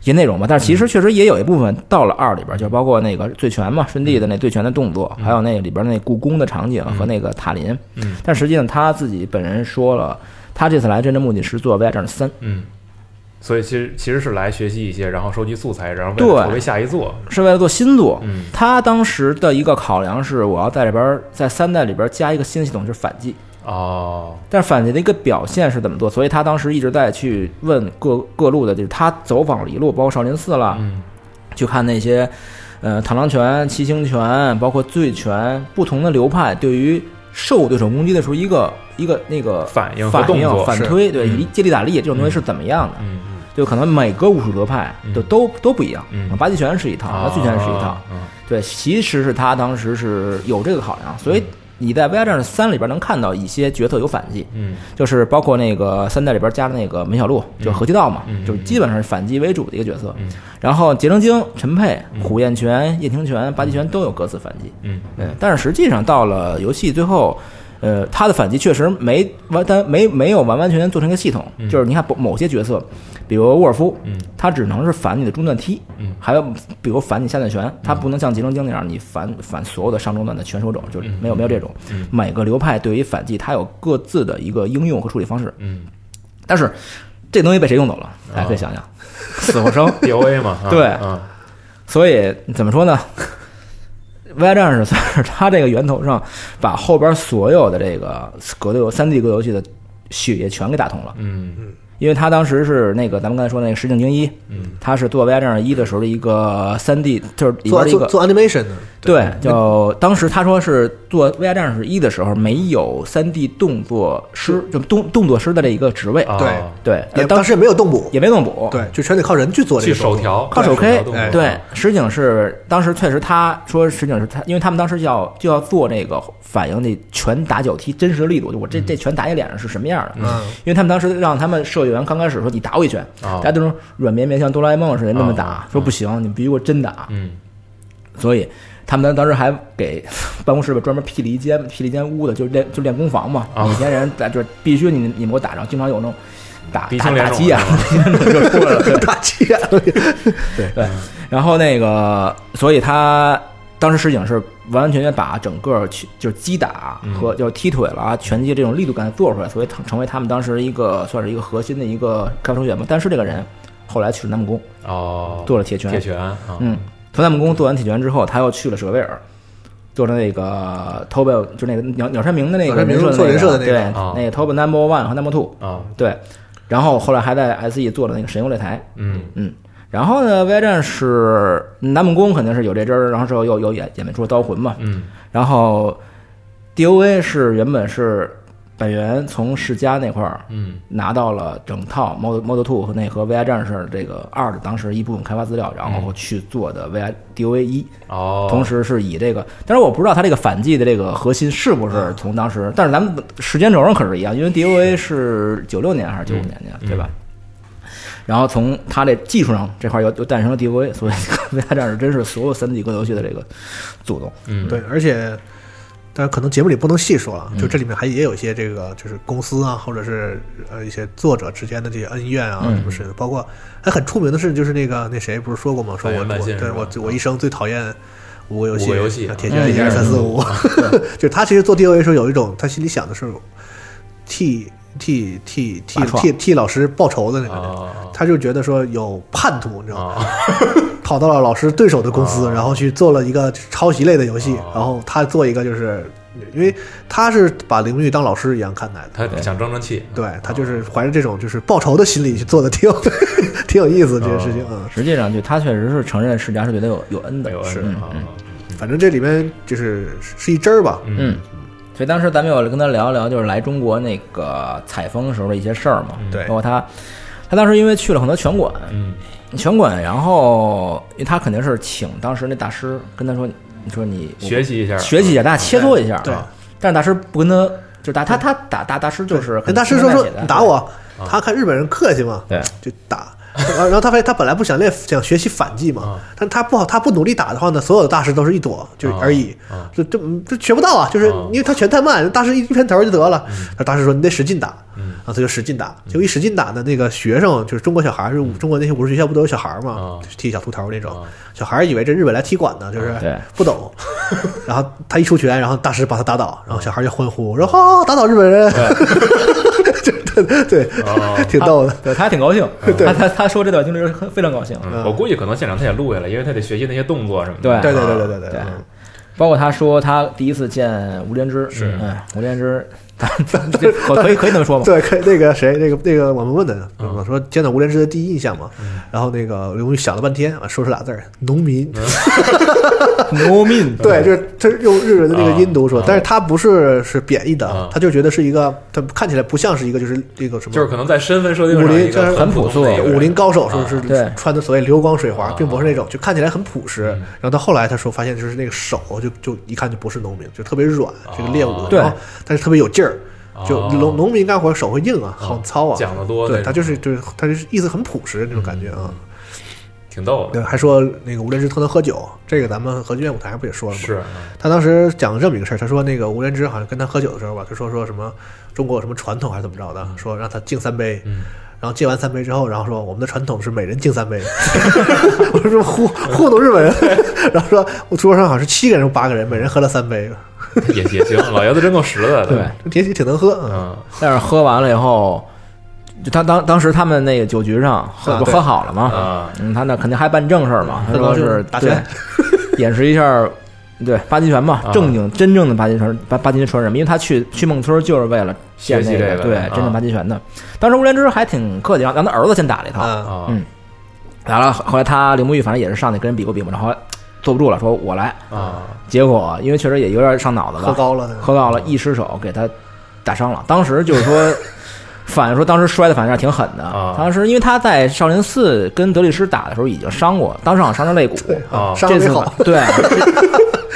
一些内容吧。但
嗯
是其实确实也有一部分到了二里边，就包括那个醉拳嘛，顺帝的那醉拳的动作，还有那里边那故宫的场景和那个塔林。
嗯
但实际上他自己本人说了，他这次来真正目的是做《VR 战士三》。
嗯。所以其实其实是来学习一些，然后收集素材，然后为了
对哦
筹备下一座。
是为了做新作，
嗯
他当时的一个考量是，我要在里边在三代里边加一个新系统，就是反击。
哦，
但是反击的一个表现是怎么做？所以他当时一直在去问各各路的，就是他走访了一路，包括少林寺啦，
嗯
去看那些，呃，螳螂拳、七星拳，包括醉拳，不同的流派对于受对手攻击的时候，一个一个那个
反应和
反
动
应、
作
反
是
推，对，
嗯
以借力打力这种东西是怎么样的？
嗯
就可能每个武术流派
嗯
就都都不一样
嗯，
八极拳是一套，
啊，
那醉拳是一套，
嗯
对，其实是他当时是有这个考量，
嗯
所以你在《VR 战士三》里边能看到一些角色有反击，
嗯
就是包括那个三代里边加的那个门小璐，就是合气道嘛，
嗯嗯
就是基本上是反击为主的一个角色。
嗯
然后结成精、陈佩、虎焰拳、叶庭拳、八极拳都有各自反击。
嗯
嗯，但是实际上到了游戏最后，呃，他的反击确实没完，但没没有完完全全做成一个系统。就是你看某某些角色，比如沃尔夫，
嗯
他只能是反你的中段踢，
嗯
还有比如反你下段拳，他不能像吉成精那样你反反所有的上中段的全手肘，就是没有没有这种。每个流派对于反击，它有各自的一个应用和处理方式。
嗯
但是这东西被谁用走了？大家可以想想，死或生。
，DOA 嘛，啊
对
啊
所以怎么说呢 ？VR 战士算是它这个源头上，把后边所有的这个格斗游三 D 格斗游戏的血液全给打通了。
嗯
因因为他当时是那个咱们刚才说的那个石井精一，
嗯
他是做 VR 战士一的时候的一个三 D，就是里边
做
的一个
做做 animation 的，
对，叫当时他说是做《VR 战士一》的时候，没有三 D 动作师，就动动作师的这一个职位。
啊，
对
对，
也当
而呃当
时也没有动捕，
也没动捕，
对，就全得靠人去做这
去
个
手
动作，
调，
靠手
调
K
动。
哎
作啊
对，石井是当时确实他说石井是他，因为他们当时就要就要做这个反映这拳打脚踢真实力度，就我
嗯
这这拳打你脸上是什么样的。
嗯，
因为他们当时让他们社员刚开始说你打我一拳，
哦
大家都说软绵绵像哆啦 A 梦似的那么打
哦，
说不行，你必须给我真打。
嗯，
所以他们当时还给 办公室吧专门辟了一间辟了一间屋子，就是练就练功房嘛。
啊
以前人打就是必须你你们给我打仗，经常有那种打
鼻
打
青
打
脸
鸡
肿
眼就出 来了。 对
大气眼了，
嗯
对，然后那个，所以他当时石井是完完全全把整个去就是击打
嗯
和就是踢腿了啊、拳击这种力度感做出来，所以成成为他们当时一个算是一个核心的一个开发成员嘛。但是这个人后来去了南木宫，
哦，
做了铁拳，
铁拳啊，
嗯，从南木宫做完铁拳之后，他又去了舍维尔，做成那个 t o b e 就那个鸟鸟山明的那
鸟
个
山明
人设的
做人
那
设
个，
的那
对
个，
啊
那个 t o b e Number One 和 Number Two，
啊，
对，然后后来还在 SE 做了那个神游擂台，
嗯
嗯，然后呢，Y 战是南梦宫肯定是有这支儿，然后之后又又演演变出了刀魂嘛，
嗯
然后 DOA 是原本是本源从世嘉那块儿
嗯
拿到了整套 Model Model Two 和那和 VR 战士这个二的当时一部分开发资料，然后去做的 VR DOA 一、
哦，
同时是以这个，但是我不知道它这个反击的这个核心是不是从当时，但是咱们时间轴上嗯可是嗯一样，因为 DOA 是九六年还是九五年的，对吧？然后从它这技术上这块又又诞生了 DOA，所以 VR 战士真是所有三 D 格斗游戏的这个祖宗。
嗯
对，而且。但可能节目里不能细说啊了，就这里面还也有一些这个，就是公司啊，或者是呃一些作者之间的这些恩怨
嗯
啊，什么事的，包括还很出名的事，就是那个那谁不是说过吗？说
板
我
垣万
我
信
对
是吧
我我一生最讨厌五个游戏，
五个游戏啊嗯
铁拳一二三四五， 就是他其实做 DOA 的时候有一种他心里想的是替替替替
拔创
替替老师报仇的那个人，
啊
他就觉得说有叛徒，你知道吗？
啊，
跑到了老师对手的公司，然后去做了一个抄袭类的游戏
哦，
然后他做一个就是，因为他是把玲玉当老师一样看待的，
他想争争气，
对他就是怀着这种就是报仇的心理去做的，挺有 挺有意思这件事情啊。
实际上，就他确实是承认世嘉是对他有有恩的，
有
是
啊
嗯，
反正这里面就是是一针儿吧，
嗯，所以当时咱们有跟他聊一聊，就是来中国那个采风时候的一些事儿嘛，
对
包括他，他当时因为去了很多拳馆，
嗯
拳馆，然后因为他肯定是请当时那大师跟他说，你说你
学习一下，
学习一下，大家切磋一下，啊
对对
但是大师不跟他，就是打他他打打大师就是
跟大师说说你打，我，
啊
他看日本人客气嘛，
对，
就打。然后他发现他本来不想练想学习反击嘛
嗯
啊，
但他不好，他不努力打的话呢，所有的大师都是一躲就
嗯
啊
而已
啊，
就就就学不到啊，就是
啊
因为他拳太慢，大师一偏头就得了。
嗯
那大师说你得使劲打，然后他就使劲打，结果一使劲打呢，那个学生就是中国小孩儿，是
嗯
中国那些武术学校不都有小孩儿嘛，
啊
就是剃小秃头那种
啊，
小孩儿以为这日本来踢馆呢，就是
对
不懂， 然后他一出拳，然后大师把他打倒，然后小孩儿就欢
嗯
呼，说哈打倒日本人， 对对，
哦
挺逗的。
对他还挺高兴，
对
他他他说这段经历是很非常高兴，
嗯我估计可能现场他也录下来，因为他得学习那些动作什么的。
对对对对对对
对
嗯
包括他说他第一次见吴连枝，
是
嗯，吴 连枝，他这可可以可以这么说
嗯
吗？
对，可以那个谁，那个那个我们问的，
嗯
我说见到吴连枝的第一印象嘛，然后那个刘玉想了半天，啊说出俩字儿农民，
嗯
农 民，
对，就是他是用日文的那个音读说
啊，
但是他不是是贬义的
啊，
他就觉得是一个，他看起来不像是一个就是这个什么，
就是可能在身份设定上
武林
一个
就是
很普通的一个人
哎武林高手是不
啊
是
对
穿的所谓流光水滑
啊，
并不是那种，就看起来很朴
嗯
实。然后到后来他说发现就是那个手就就一看就不是农民，就特别软，这个猎物，
对
然后但是特别有劲儿。就
哦嗯
农农民干活手会硬啊，好糙啊，
讲得多那种
对
嗯
他就是就是他就是意思很朴实那种感觉啊。
挺逗的，
对，还说那个无人之特能喝酒，这个咱们核聚变舞台上不也说了吗？
是啊
他当时讲了这么一个事儿，他说那个吴连枝好像跟他喝酒的时候吧，他说说什么中国有什么传统还是怎么着的，
嗯
说让他敬三杯，然后敬完三杯之后，然后说我们的传统是每人敬三 杯，我说这不糊糊弄日本人， 然后说我桌上好像是七个人八个人，每人喝了三杯，
也也行，老爷子真够实在的。
对，
也挺挺能喝，嗯，
嗯，
但是喝完了以后，就他当当时他们那个酒局上喝、
啊
不
对
喝好了嘛，
啊
嗯，他那肯定还办正事儿嘛，他
很高
说
兴
是
打
对
拳
演示一下对八极拳嘛
啊，
正经真正的八极拳八八极拳人，因为他去去孟村就是为了
学
练
习
那
这个
对
啊
真正八极拳的。当时吴连枝还挺客气，让让他儿子先打了一套，
啊，
啊
嗯打了后来他刘慕玉反正也是上去跟人比过比嘛，然后后来坐不住了，说我来。
啊，
结果因为确实也有点上脑子了，
喝高了那个，
喝到了，一失手给他打伤了。当时就 是说，反正说当时摔的反正挺狠的。
啊
当时因为他在少林寺跟德律师打的时候已经伤过，当时好像伤着肋骨。
啊
嗯伤
哦这
得
次
没好，
对， 这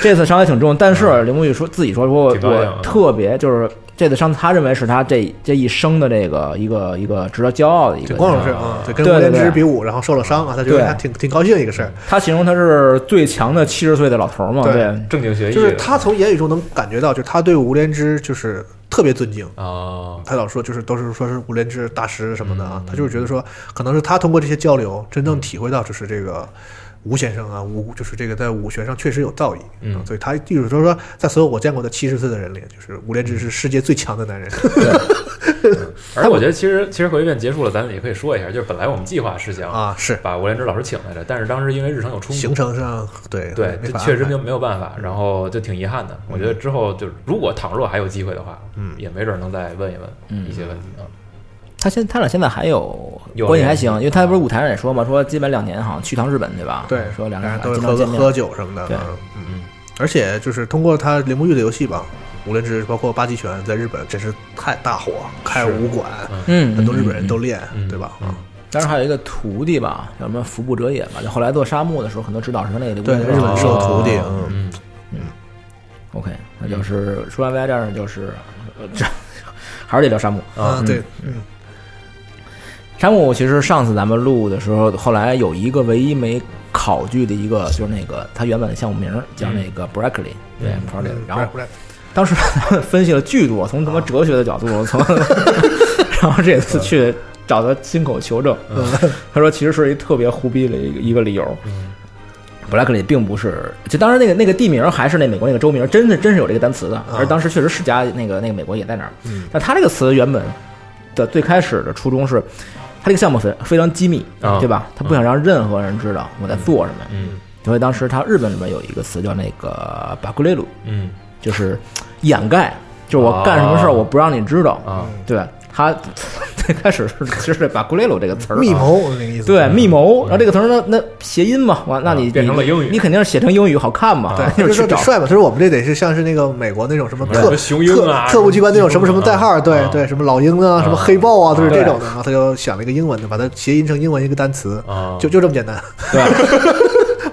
这次伤也挺重，但是林沐玉说自己说说我
啊挺高兴啊
我特别就是这次伤，他认为是他这这一生的这个一个一个值得骄傲的一
这
个。
光荣是啊，对，跟
哦对
吴
对
连枝
对
比武，然后受了伤啊，他觉得
对
还挺挺高兴一个事儿。
他形容他是最强的七十岁的老头嘛，
对
对
正经学艺
嗯就是他从言语中能感觉到，就是他对吴连枝就是特别尊敬。
啊，
他老说就是都是说是吴连枝大师什么的啊，他就是觉得说，可能是他通过这些交流，真正体会到就是这个吴先生啊，吴就是这个在武学上确实有造诣，啊
嗯
所以他就是说说，在所有我见过的七十岁的人里，就是吴连枝是世界最强的男人，
而且我觉得其实其实回避辩结束了，咱们也可以说一下，就是本来我们计划是想
啊，是
把吴连枝老师请来的，但是当时因为日程有冲突
行，程上对
对，
没
这
法
确实
安排
就没有办法，然后就挺遗憾的。我觉得之后就如果倘若还有机会的话，嗯，也没准能再问一
嗯
问一些问题啊。
他现他俩现在还有
有
关系还行，
啊
联系
因为他不是舞台上也说嘛，说基本两年好像去趟日本对吧？
对，
嗯说两个
个
人啊
人都是喝
经常
个
见面。
喝酒什么的，
对
嗯
嗯
嗯，而且就是通过他铃木玉的游戏吧，无论是包括八极拳，在日本真是太大火，开武馆，
嗯，
很多日本人都
嗯。嗯
练，
嗯
对吧？
嗯
啊，
当然还有一个徒弟吧，叫什么服部哲也吧，就后来做沙漠的时候，很多指导是他那个刘
对，
德华
日本是有徒弟，
哦
嗯，
嗯，
OK，那就是说完 Y 战就是呃这 还是得聊沙漠。
啊
啊，对，嗯，
沙漠其实上次咱们录的时候，后来有一个唯一没考据的一个，就是那个他原本的项目名儿叫那
嗯
个 Broccoli，、对 Broccoli，然后
不然
当时分析了巨多，从什么哲学的角
哦
度， 从然后这次去找他亲口求证，
嗯
他说其实是一特别胡逼的一个一个理由。
嗯
布莱克里并不是，就当时那个那个地名还是那美国那个州名，真是真是有这个单词的，
啊
而当时确实世家那个那个美国也在那儿。
嗯
但他这个词原本的最开始的初衷是，他这个项目非非常机密，
啊
对吧？他不想让任何人知道我在做什么。
嗯
所以当时他日本里面有一个词叫那个巴古雷鲁，
嗯
就是掩盖，就是我干什么事儿
啊
我不让你知道。
啊
对他 最开始是其实是把 g u l e 这个词儿啊
密谋那个意思，
对密谋，然后这个词儿呢那谐音嘛，完那你
啊变成了英语
你肯定是写成英语好看嘛，
对，
就
就是是说
去
得
找。
帅嘛。他说我们这得是像是那个美国那种什么
什么
特
雄鹰啊
特特务机关那种什么什么代号，
什么
对
啊
对，什么老鹰啊，
啊
什么黑豹啊，都是
对
这种的。然后他就想了一个英文的，把它谐音成英文一个单词
啊，
就就这么简单，
对，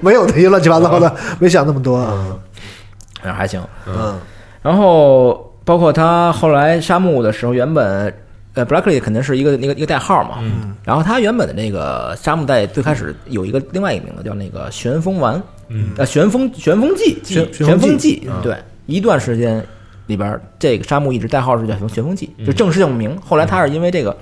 没有那些乱七八糟的，没想那么多
嗯
啊。
然哎后还行。
嗯，
然后包括他后来沙漠的时候，原本呃 Blackley 肯定是一个那个一个代号嘛，嗯，然后他原本的那个沙漠在最开始有一个另外一个名字叫那个旋风丸，嗯，呃旋风旋风记
旋
旋
旋
风
风
记
记，啊
对，一段时间里边儿这个沙漠一直代号是叫旋旋风记，
嗯
就正式项目名。后来他是因为这个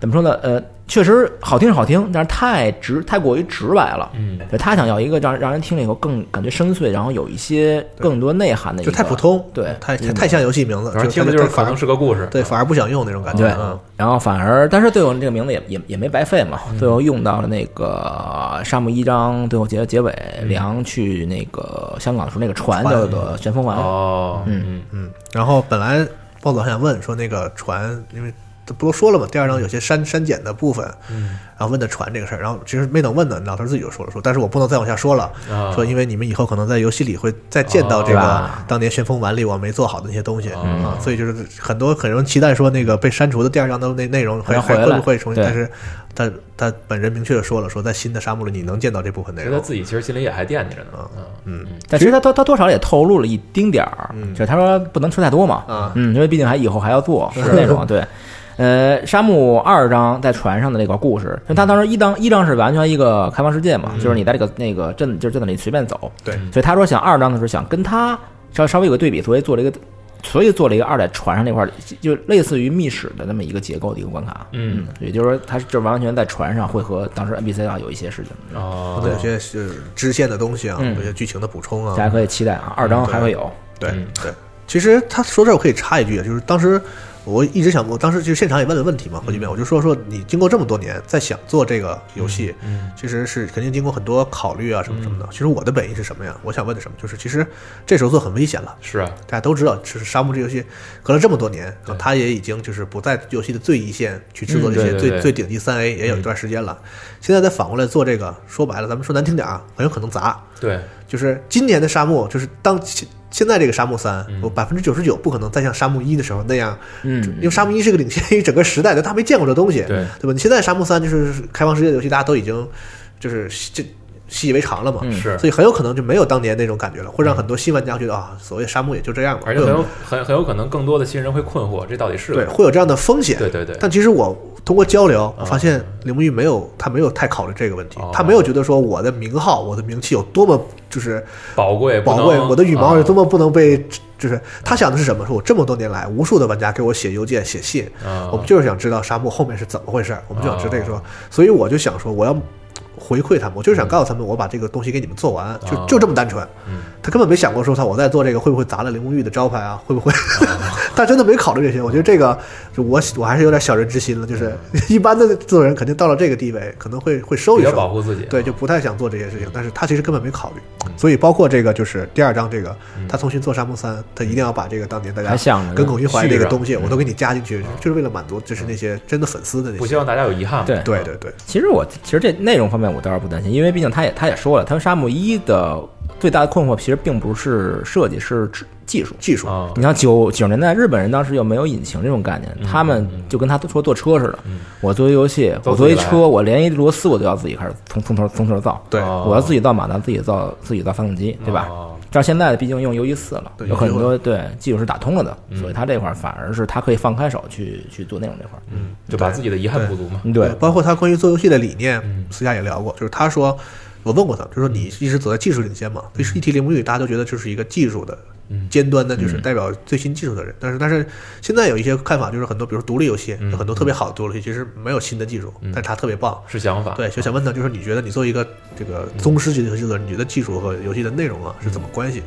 怎么说呢？呃，确实好听是好听，但是太直太过于直白了，
嗯
对他想要一个让让人听了以后更感觉深邃，然后有一些更多内涵的一
就
个，
太普通，
对，
太太太像游戏名字，
嗯反正听
他
着就是可
反
能
而
是个故事，啊
对，反而不想用那种感觉。
对
嗯，
然后反而，但是最后这个名字也也也没白费嘛，最后用到了那个沙漠一章，最后结结尾梁去那个香港的时候，那个船
船
叫做旋风丸，
哦，嗯
嗯，然后本来暴总还想问说那个船，因为他不都说了嘛，第二章有些删删减的部分，嗯，然后问的船这个事儿，然后其实没等问呢，老头自己就说了说，但是我不能再往下说了，
啊
说因为你们以后可能在游戏里会再见到这个、
哦啊
当年旋风丸里我没做好的那些东西、啊，所以就是很多很多人期待说那个被删除的第二章的内内容还还
还回来
会不会重新，
对
但是他他本人明确的说了，说在新的沙漠里你能见到这部分内
其实他
容，
自己其实心里也还惦记着呢，嗯
但其实他他他多少也透露了一丁点儿，就是他说不能说太多嘛，
啊
嗯，因为毕竟还以后还要做是那种对。呃，沙漠二章在船上的那个故事，因为他当时一章一章是完全一个开放世界嘛，就是你在这个那个镇就是镇子里随便走，
对
所以他说想二章的时候想跟他稍稍微有个对比，所以做了一个，所以做了一个二在船上那块儿，就就类似于密室的那么一个结构的一个关卡，
嗯，
也就是说他是就完全在船上会和当时 NPC 啊有一些事情，
嗯，哦
可能有些是支线的东西啊，
嗯
有些剧情的补充啊，
大家
嗯
可以期待啊，二章还会有，
啊对对，其实他说这儿我可以插一句，就是当时我一直想，我当时就现场也问了问题嘛，霍金
嗯
面，我就说说你经过这么多年在想做这个游戏，
嗯
其实是肯定经过很多考虑啊什么什么的。其实我的本意是什么呀？我想问的什么就是，其实这时候做很危险了。
是啊，
大家都知道，就是沙漠这游戏隔了这么多年，啊它也已经就是不在游戏的最一线去制作这
嗯对
些
对
最、
对嗯
最顶级三 A 也有一段时间了。现在再反过来做这个，说白了，咱们说难听点啊，很有可能砸。
对，
就是今年的沙漠，就是当现现在这个沙漠三，
嗯
我百分之九十九不可能再像沙漠一的时候那样，
嗯
因为沙漠一是个领先于整个时代的，他没见过这东西，
对
对吧？你现在沙漠三就是开放世界的游戏，大家都已经就是这。习以为常了嘛，
嗯是嗯
所以很有可能就没有当年那种感觉了，会让很多新玩家觉得啊，所谓沙漠也就这样吧，
而且很有很很有可能更多的新人会困惑，这到底是
对，
个
会有这样的风险。
对对对
但其实我通过交流，我发现铃木玉没有，他没有太考虑这个问题
哦，
他没有觉得说我的名号、我的名气有多么就是
宝贵不
宝
能
贵，我的羽毛有多
啊
么不能被。就是他想的是什么？说我这么多年来，无数的玩家给我写邮件、写信，
啊
我们就是想知道沙漠后面是怎么回事儿，我们就想知道这个说，所以我就想说，我要回馈他们，我就是想告诉他们，我把这个东西给你们做完，就
啊
就这么单纯。他根本没想过说他我在做这个会不会砸了铃木玉的招牌啊？会不会？ 他真的没考虑这些。我觉得这个就我我还是有点小人之心了，就是 一般的制作人肯定到了这个地位，可能会会收
嗯比
一
较
收，
保护自己，
啊
啊
对，就不太想做这些事情，但是他其实根本没考虑，
嗯
所以包括这个就是第二章这个，他重新做沙漠三，他一定要把这个当年大家
还想着呢嗯
耿耿于怀
续
这个
着
东西，我都给你加进去，就是为了满足就是那些真的粉丝的那
不
些，
希望大家有遗憾嘛。
对
对对对，
其实我其实这内容方面我倒是不担心，因为毕竟他也他也说了，他们沙漠一的最大的困惑其实并不是设计，是制技术。
技术
啊，
你像九九十年代日本人当时又没有引擎这种概念，他们就跟他说坐车似的，我做一游戏，
都
我
自己
做一
来
车，我连一螺丝我都要自己开始从从头从头造，
对
哦
我要自己造马达，自己造自己造发动机，对吧？
哦
但是现在毕竟用 U 一四了，
对
有很
有机会
多对技术是打通了的，所以他这块儿反而是他可以放开手去去做内容这块儿。
嗯，就把自己的遗憾补足嘛。
嗯，对，嗯
包括他关于做游戏的理念，私下也聊过，就是他说，我问过他，就说你一直走在技术领先嘛，就是一提铃木玉，大家都觉得就是一个技术的
嗯
尖端的，就是代表最新技术的人。但是但是现在有一些看法，就是很多比如说独立游戏，
嗯
有很多特别好的独立游戏，其实没有新的技术，但是他特别棒。
是想法，
对，就想问他，就是你觉得你作为一个这个宗师级的游戏作者，你觉得技术和游戏的内容啊是怎么关系？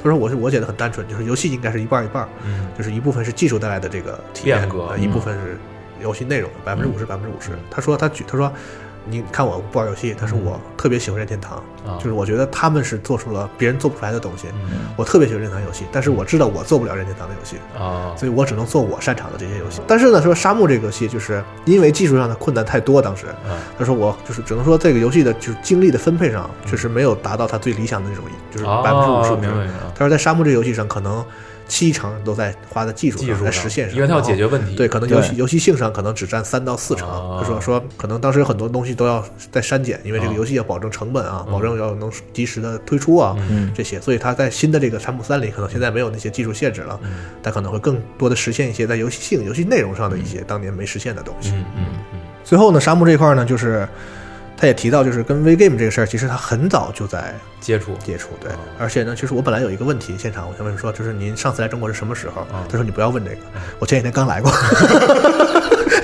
他说我是我写的很单纯，就是游戏应该是一半儿一半儿，
嗯
就是一部分是技术带来的这个体验
变革嗯
呃一部分是游戏内容，百分之五十百分之五十。他说他举他说，你看我不玩游戏，但是我特别喜欢任天堂，
嗯啊
就是我觉得他们是做出了别人做不出来的东西，
嗯
我特别喜欢任天堂游戏，但是我知道我做不了任天堂的游戏，
啊，
所以我只能做我擅长的这些游戏。但是呢，说沙漠这个游戏，就是因为技术上的困难太多，当时
嗯
他说我就是只能说这个游戏的就是精力的分配上，确实没有达到他最理想的那种，就是
嗯哦
百分之五十。
明白明白
他说在沙漠这个游戏上，可能七成都在花在技术
技
上，
术
在
上
实现上，
因为它要解决
然后。
问题。
对，可能游戏
对
游戏性上可能只占三到四成。
哦
他说说，可能当时有很多东西都要在删减，因为这个
哦嗯
游戏要保证成本啊，保证要能及时的推出啊，
嗯
这些，所以他在新的这个《山姆三》里，可能现在没有那些技术限制
嗯
了，但可能会更多的实现一些在游戏性、游戏内容上的一些当年没实现的东西。
嗯嗯嗯，
最后呢，沙漠这块呢，就是他也提到，就是跟 V Game 这个事儿，其实他很早就在
接触
接触，对。而且呢，就是我本来有一个问题，现场我想问说，就是您上次来中国是什么时候？他说你不要问这个，我前几天刚来过。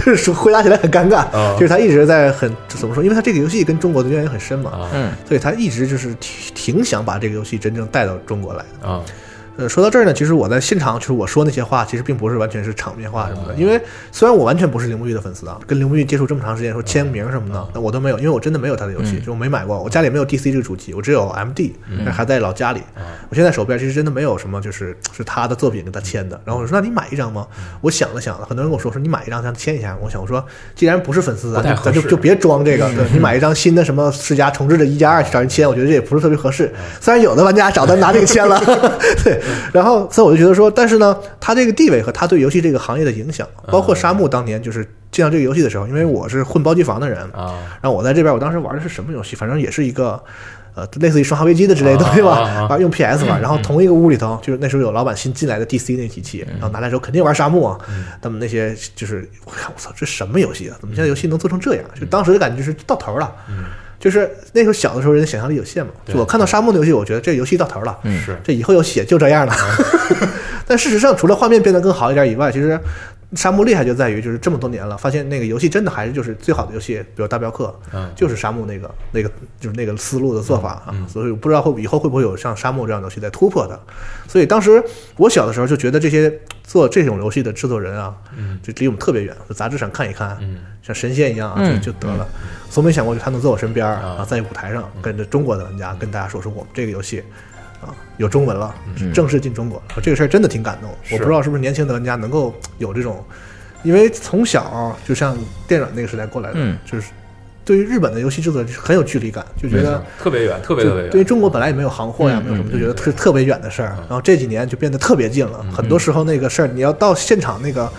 就是回答起来很尴尬，
啊
就是他一直在很怎么说？因为他这个游戏跟中国的渊源很深嘛，
啊
嗯，
所以他一直就是挺挺想把这个游戏真正带到中国来的。
啊，
呃，说到这儿呢，其实我在现场，就是我说那些话，其实并不是完全是场面话什么的，因为虽然我完全不是铃木玉的粉丝啊，跟铃木玉接触这么长时间，说签名什么
嗯
的，那我都没有，因为我真的没有他的游戏，就我没买过，我家里没有 DC 这个主机，我只有 MD，但
嗯
还在老家里。我现在手边其实真的没有什么，就是是他的作品跟他签的。然后我说，那你买一张吗？
嗯
我想了想，很多人跟我说，说你买一张，想签一下。我想，我说既然不是粉丝，咱
不太
就
合
咱就
适
就别装这个，对你买一张新的什么世嘉重置的一加二去找人签，我觉得这也不是特别合适。虽然有的玩家找咱拿这个签了，对，然后所以我就觉得说，但是呢，他这个地位和他对游戏这个行业的影响，包括沙漠当年就是进到这个游戏的时候，因为我是混包机房的人
啊，
然后我在这边，我当时玩的是什么游戏？反正也是一个。呃，类似于《生化危机》的之类的东西吧，
啊啊啊
啊，用 PS 玩，然后同一个屋里头，就是那时候有老板新进来的 DC 那机器，然后拿来之后肯定玩沙漠啊，
嗯
他们那些就是我看我操，这什么游戏啊？怎么现在游戏能做成这样？就当时的感觉就是到头了。
嗯
嗯就是那时候小的时候，人的想象力有限嘛。就我看到沙漠的游戏，我觉得这游戏到头了，
是
这以后游戏也就这样了。
嗯
但事实上，除了画面变得更好一点以外，其实沙漠厉害就在于，就是这么多年了，发现那个游戏真的还是就是最好的游戏，比如大镖客，
嗯
就是沙漠那个那个就是那个思路的做法啊。所以我不知道会以后会不会有像沙漠这样的游戏在突破它。所以当时我小的时候就觉得这些做这种游戏的制作人啊，就离我们特别远，就杂志上看一看，像神仙一样啊，
嗯
就就得了。从没想过，就他能坐我身边儿
啊
啊，在舞台上跟着中国的玩家跟大家说说我们这个游戏。啊，有中文了，正式进中国了，啊这个事儿真的挺感动。
嗯是
我不知道是不是年轻的玩家能够有这种，因为从小啊就像电软那个时代过来的，
嗯
就是对于日本的游戏制作很有距离感，就觉
没
得
错特别远，特别特嗯别
就
远。
对于中国本来也没有行货呀，没有什么，就觉得特特别远的事儿。
嗯
然后这几年就变得特别近了，很多时候那个事儿，你要到现场那个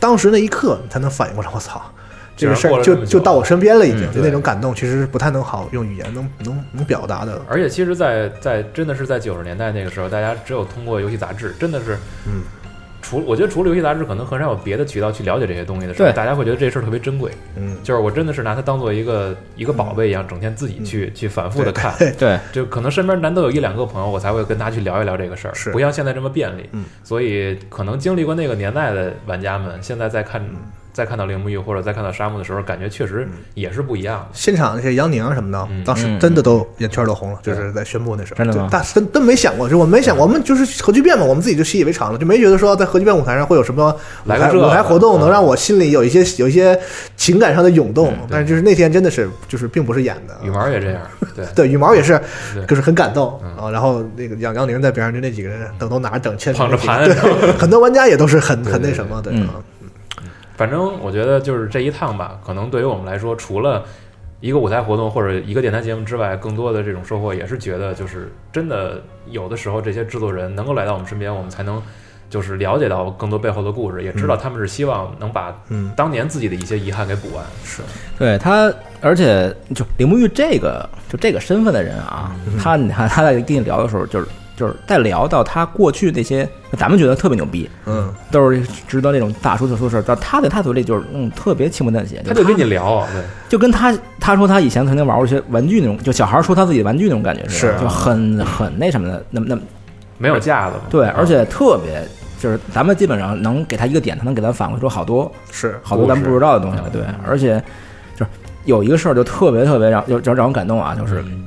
当时那一刻，你才能反应过来，我操，这个事
竟然过
儿
了
就
这么久
就到我身边了，已经
嗯
就那种感动，其实不太能好用语言能能能表达的。
而且其实在，在真的是在九十年代那个时候，大家只有通过游戏杂志，真的是，
嗯，
除我觉得除了游戏杂志，可能很少有别的渠道去了解这些东西的时候，
对
大家会觉得这事儿特别珍贵。
嗯，
就是我真的是拿它当做一个一个宝贝一样，整天自己去、去反复的看。
嗯对，
就可能身边难得有一两个朋友，我才会跟他去聊一聊这个事儿，
是
不像现在这么便利。
嗯
所以可能经历过那个年代的玩家们，现在再看、
嗯
再看到铃木玉或者再看到沙漠的时候，感觉确实也是不一样的。
现场那些杨宁啊什么的，
嗯
当时真的都眼圈都红了，就是在宣布那时候，
真的吗
就大真真没想过，就我们没想过，我们就是核聚变嘛，我们自己就习以为常了，就没觉得说在核聚变舞台上会有什么舞
来个
台
这个
舞台活动能
嗯
让我心里有一些有一些情感上的涌动
嗯对。
但是就是那天真的是就是并不是演的，
嗯
羽毛也这样， 对，
对羽毛也是
对，
就是很感动
嗯
啊。然后那个杨杨宁在边上就那几个人等都拿着等签
捧着盘
对，很多玩家也都是很
对
很
对
那
对
什么的
嗯
啊
反正我觉得就是这一趟吧，可能对于我们来说，除了一个舞台活动或者一个电台节目之外，更多的这种收获也是觉得，就是真的有的时候这些制作人能够来到我们身边，我们才能就是了解到更多背后的故事，也知道他们是希望能把
嗯
当年自己的一些遗憾给补完。
是
对他，而且就铃木玉这个就这个身份的人啊，他你看他在跟你聊的时候，就是就是在聊到他过去那些咱们觉得特别牛逼，
嗯
都是值得那种大叔特说事儿，但他在他嘴里就是嗯特别轻描淡写，
他
就
就跟你聊，对，
就跟他他说他以前曾经玩过一些玩具那种，就小孩儿说他自己玩具那种感觉似的，
是
就很很那什么的，那么那么
没有架子嘛。
对，
嗯
而且特别就是咱们基本上能给他一个点，他能给咱反馈出好多
是
好多咱们不知道的东西
嗯
了，对，而且就是有一个事儿就特别特别让就让让我感动啊，就是
嗯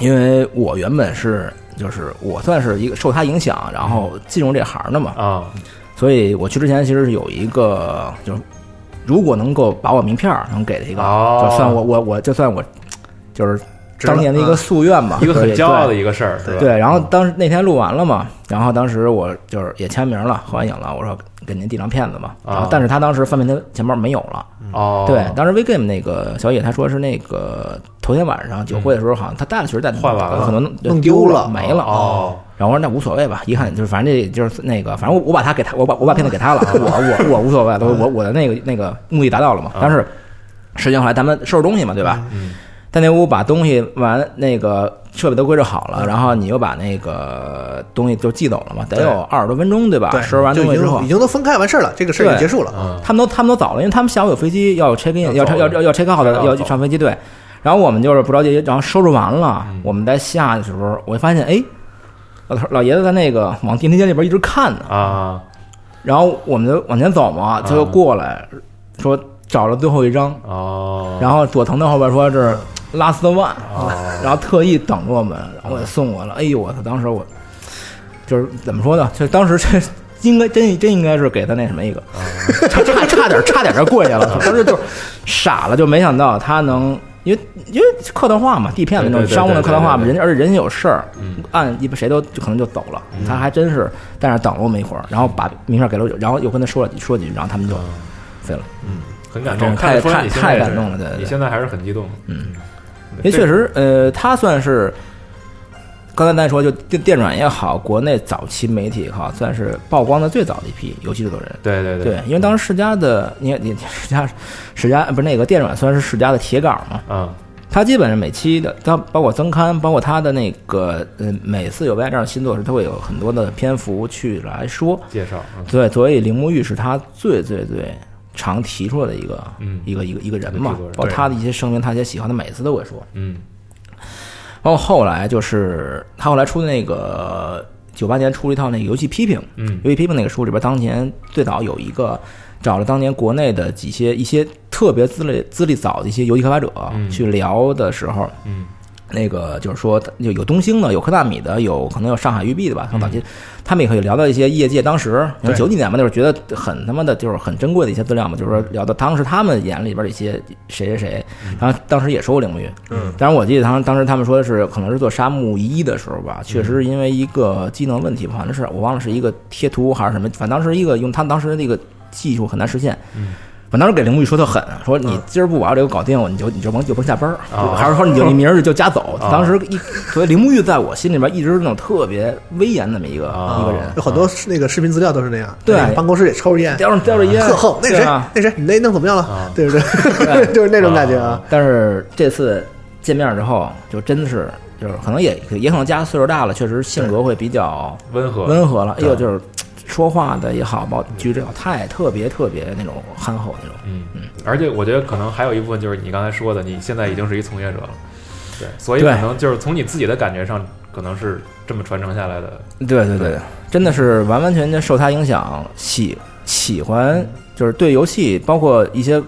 因为我原本是就是我算是一个受他影响，然后进入这行的嘛，
啊，
所以我去之前其实是有一个，就是如果能够把我名片儿能给的一个，
哦
就算我我我就算我就是
值了
当年的一个夙愿吧，
一个
所
很
以
骄傲的
对
一个事儿，是吧？
对，然后当时那天录完了嘛，然后当时我就是也签名了，
嗯
合完影了，我说给您递张片子吧。
哦
然后但是他当时翻遍他钱包没有了。
哦，
对，当时 VGame 那个小野他说是那个头天晚上酒会的时候，好像他带了，其实带
换完了
可能
弄
丢
丢
了
了
没了。
哦，
然后我说那无所谓吧，遗憾就是反正这就是那个，反正我我把他给他，我把我把片子给他了，啊 我我我无所谓了，我我的那个那个目的达到了嘛。但是实际上后来咱们收拾东西嘛，对吧？
嗯
在那屋把东西完，那个设备都归置好
嗯
了，然后你又把那个东西就寄走了嘛，得有二十多分钟，对吧？
对，
收拾完
就
东
已
西之后
经已，经都分开完事儿了，这个事儿已经
对
结束了。
嗯，
他们都他们都早了，因为他们下午有飞机要 check in，
要
要
走
check
了
要要要 check out 的，
要
要
走
上飞机对。然后我们就是不着急，然后收拾完了，我们在下的时候，我就发现哎，老头老爷子在那个往电梯间里边一直看呢。
啊
然后我们就往前走嘛，他就过来说找了最后一张，
哦，
然后佐藤在后边说这是 last one，
哦
然后特意等着我们，然后也送我了。哎呦我操！当时我就是怎么说呢？就当时这。应该真真应该是给他那什么一个，
哦
差差差点差点就过去了，当时就是傻了，就没想到他能，因为因为客套话嘛，地骗那
对
种
对对
商务
对
的客套话
对
嘛，
对
人家而且人家有事儿
嗯，
按一般谁都可能就走了，他还真是在那儿等了我们一会儿，然后把名片给了我，然后又跟他说了说几句，然后他们就
嗯
飞了。
很感动，
真是
看得
太
出来你现
太
在
太感
是
动了对对
你现在还是很激动，嗯
因为确实，呃，他算是刚才咱说，就电电软也好，国内早期媒体也好，算是曝光的最早的一批游戏制作人。
对对
对，因为当时世嘉的，你看，你世嘉，世嘉不是那个电软，算是世嘉的铁杆嘛。
嗯，
他基本上每期的，他包括增刊，包括他的那个，呃，每次有外账新作时，他会有很多的篇幅去来说。
介绍，嗯
对，所以铃木玉是他最最最常提出来的一个，
嗯
一个一个一个人
一个
嘛
制作人，
包括
对
他的一些声明，他一些喜欢，他每次都会说。
嗯
包括后来就是他后来出的那个九八年出了一套那个游戏批评，
嗯
游戏批评那个书里边，当年最早有一个找了当年国内的几些一些特别资历资历早的一些游戏开发者
嗯
去聊的时候，
嗯
那个就是说，有有东兴的，有科纳米的，有可能有上海育碧的吧，像早期他们也可以聊到一些业界当时，
嗯
因为
对
九几年嘛，那时候觉得很他妈的，就是很珍贵的一些资料嘛，
嗯
就是说聊到当时他们眼里边的一些谁谁谁，然后当时也说过领域，
嗯，
当然我记得当当时他们说的是可能是做沙漠一的时候吧，确
嗯
实是因为一个机能问题吧，好像是我忘了是一个贴图还是什么，反正当时一个用他们当时那个技术很难实现，
嗯。
反正当时给铃木一说特狠，说你今儿不把这个搞定，你就你就甭就甭下班儿，
哦
还是说你就你明儿就家走。
哦
当时一，所以铃木玉在我心里边一直是那种特别威严那么一个、
哦
一个人，
有很多是那个视频资料都是那样，
对
办公室里抽着烟，
叼着叼着烟，
特横。那
对
谁
啊，
那谁，你那弄怎么样了
啊？
对不对？
对
就是那种感觉啊。
但是这次见面之后，就真的是就是可能也也可能加岁数大了，确实性格会比较
温和，
温和了。哎呦，
对
就是嘖说话的也好吧，举止也好，他也特别特别那种憨厚那种。
嗯，而且我觉得可能还有一部分就是你刚才说的，你现在已经是一从业者了，对，所以
对
可能就是从你自己的感觉上，可能是这么传承下来的。
对对对，真的是完完全全受他影响，喜喜欢就是对游戏，包括一些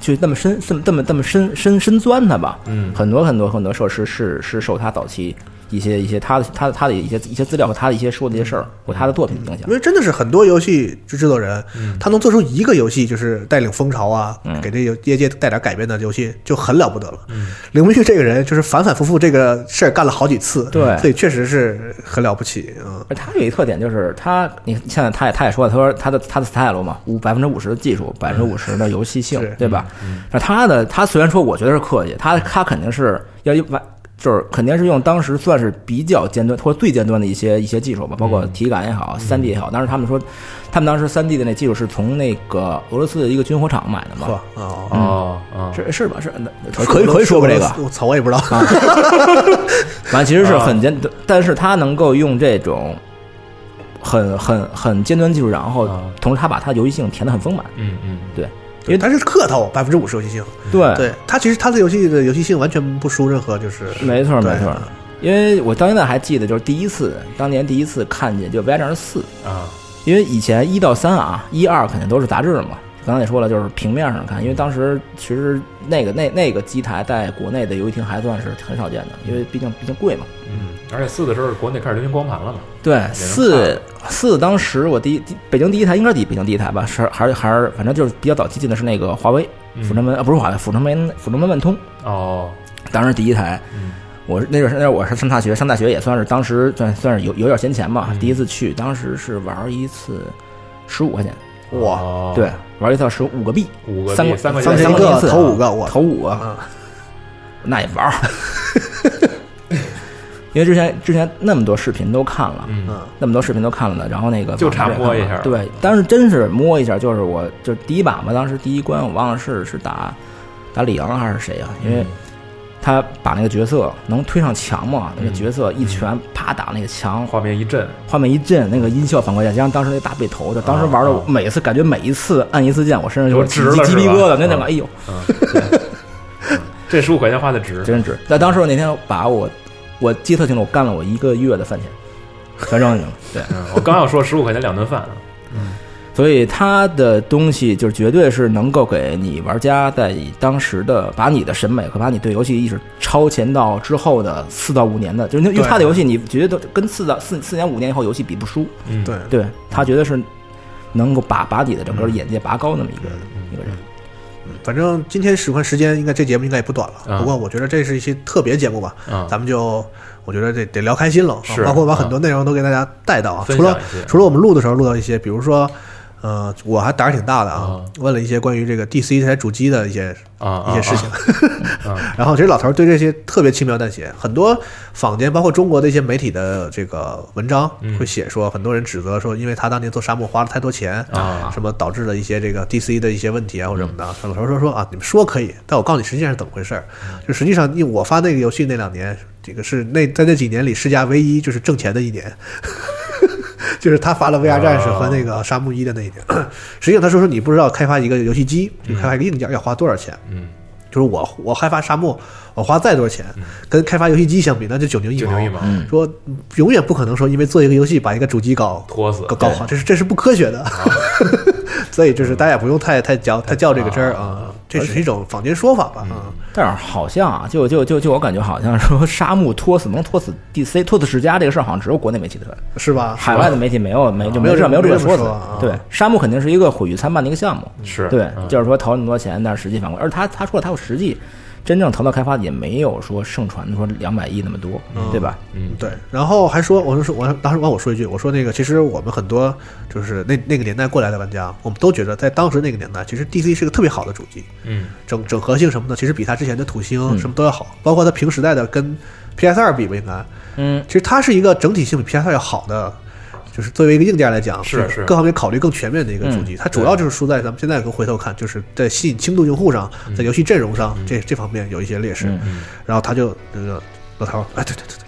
就那么深、这么这么这么深深深钻它吧。
嗯
很多很多很多设施是是受他早期一些一些他的他的他的一些一些资料和他的一些说的一些事儿或他的作品影响
因。为真的是很多游戏制制作人，
嗯
他能做出一个游戏就是带领风潮啊
嗯，
给这游业界带点改变的游戏就很了不得了。
嗯
铃木玉这个人就是反反复复这个事儿干了好几次，
对
所以确实是很了不起，嗯，
而他有一特点就是他，你现在他也他也说了，他说他的他的 style 嘛，五百分之五十的技术，百分之五十的游戏性
是，
对吧？那他的他虽然说我觉得是客气，他他肯定是要一完。就是肯定是用当时算是比较尖端或者最尖端的一些一些技术吧，包括体感也好，三 D 也好。当时他们说，他们当时三 D 的那技术是从那个俄罗斯的一个军火厂买的
是
嘛
吧？？哦，
哦哦，
是是吧？是那嗯可以可以说吧这个，
我操，我也不知道，
反正啊其实是很尖，但是他能够用这种很很很尖端技术，然后
啊
同时他把他游戏性填得很丰满，
嗯嗯
对
因为他是客套，百分之五十游戏性，
对
对他其实他的游戏的游戏性完全不输任何就是，
没错
对
没错。因为我到现在还记得，就是第一次，当年第一次看见就 VR 战士四，
啊，
因为以前一到三啊，一二肯定都是杂志嘛。刚才也说了，就是平面上看，因为当时其实那个那那个机台在国内的游戏厅还算是很少见的，因为毕竟毕竟贵嘛。
嗯，而且四的时候国内开始流行光盘了嘛，
对，
能
四四当时我第一第北京第一台应该是第北京第一台吧，是还是还是反正就是比较早期进的是那个华为
嗯
阜成门啊，不是华为阜成门阜成门万通，
哦，
当时第一台。
嗯
我是那阵儿那阵儿我是上大学，上大学也算是当时算算是有有点闲钱嘛，
嗯
第一次去，当时是玩儿一次十五块钱，
哇，
哦
对，，玩儿一次十五个币，
五个
三
币
个
三块
三
钱
块钱
三
一个
一次啊
投五个我
投五个，
嗯
那也玩儿， 因为之前之前那么多视频都看了，
嗯
嗯，
那么多视频都看了呢，然后那个
就差摸一下
网上这个看法对，当时真是摸一下，就是我就是第一把嘛，当时第一关我忘了是是打打李昂还是谁啊，因为
嗯
他把那个角色能推上墙嘛，
嗯
那个角色一拳啪打那个墙，
画面一震，
画面一震，那个音效反过来，加上当时那大背头的，当时玩的我
啊
每次感觉每一次按一次键，我身上就
都直了
鸡鸡
是吧
皮疙瘩，那两个
啊
哎呦，
嗯，对嗯这十五块钱花的值，
真值。在当时我那天把我我记得特清楚，我干了我一个月的饭钱，全扔进去了，对。
嗯，我刚要说十五块钱两顿饭，啊
所以他的东西就是绝对是能够给你玩家在当时的把你的审美和把你对游戏意识超前到之后的四到五年的，就是那因为
对
他的游戏你绝对都跟四到四四年五年以后游戏比不输，
嗯，
对，
对他绝对是能够把把你的整个眼界拔高那么一个一个人。
反正今天使唤时间应该这节目应该也不短了，
嗯
不过我觉得这是一期特别节目吧，
嗯
咱们就我觉得得得聊开心了，啊
是
包括把
嗯
很多内容都给大家带到啊，
分
除
享
了
一些
除了我们录的时候录到一些，比如说。呃，我还胆儿挺大的啊，
嗯
问了一些关于这个 DC 这台主机的一些
啊
一些事情，，
啊啊
然后其实老头儿对这些特别轻描淡写，很多坊间包括中国的一些媒体的这个文章
嗯
会写说，很多人指责说，因为他当年做沙漠花了太多钱
啊嗯
什么导致了一些这个 DC 的一些问题啊或者什么的。老头儿说说啊，你们说可以，但我告诉你实际上是怎么回事儿。
嗯
就实际上，因为我发那个游戏那两年，这个是那在那几年里世嘉唯一就是挣钱的一年。 就是他发了 VR 战士和那个沙漠一的那一年， 实际上他说说你不知道开发一个游戏机，就开发一个硬件要花多少钱，
嗯，
就是我我开发沙漠，我花再多钱，跟开发游戏机相比，那就九牛一
九
毛。
牛一毛，嗯
说永远不可能说因为做一个游戏把一个主机搞
拖死，
搞搞 好，这是这是不科学的。所以就是大家也不用太太较太较这个真儿啊，这这只是一种坊间说法吧？嗯，
但是好像啊，就就就就我感觉好像说沙漠拖死能拖死 DC 拖死世家这个事儿，好像只有国内媒体特
是吧？
啊海外的媒体没有没就没
啊没有
有这
这
没有这
没
个
有这么
说辞
说啊。
对，沙漠肯定是一个毁誉参半的一个项目，
是
对，
嗯
就是说投那么多钱，但是实际反馈，而他他说了，他有实际真正投到开发也没有说盛传说两百亿那么多，
嗯
对吧？
嗯
对，然后还说，我就说，我当时完我说一句，我说那个，其实我们很多就是那那个年代过来的玩家，我们都觉得在当时那个年代，其实 DC 是个特别好的主机，
嗯，
整整合性什么的，其实比它之前的土星什么都要好，包括它平时代的跟 PS 二比吧，应该，
嗯，
其实它是一个整体性比 PS 二要好的，就是作为一个硬件来讲，
是是嗯
各方面考虑更全面的一个主机。它主要就是输在咱们现在回头看，就是在吸引轻度用户上，
嗯
在游戏阵容上、这这方面有一些劣势。然后他就那个老头儿，哎，对对对对。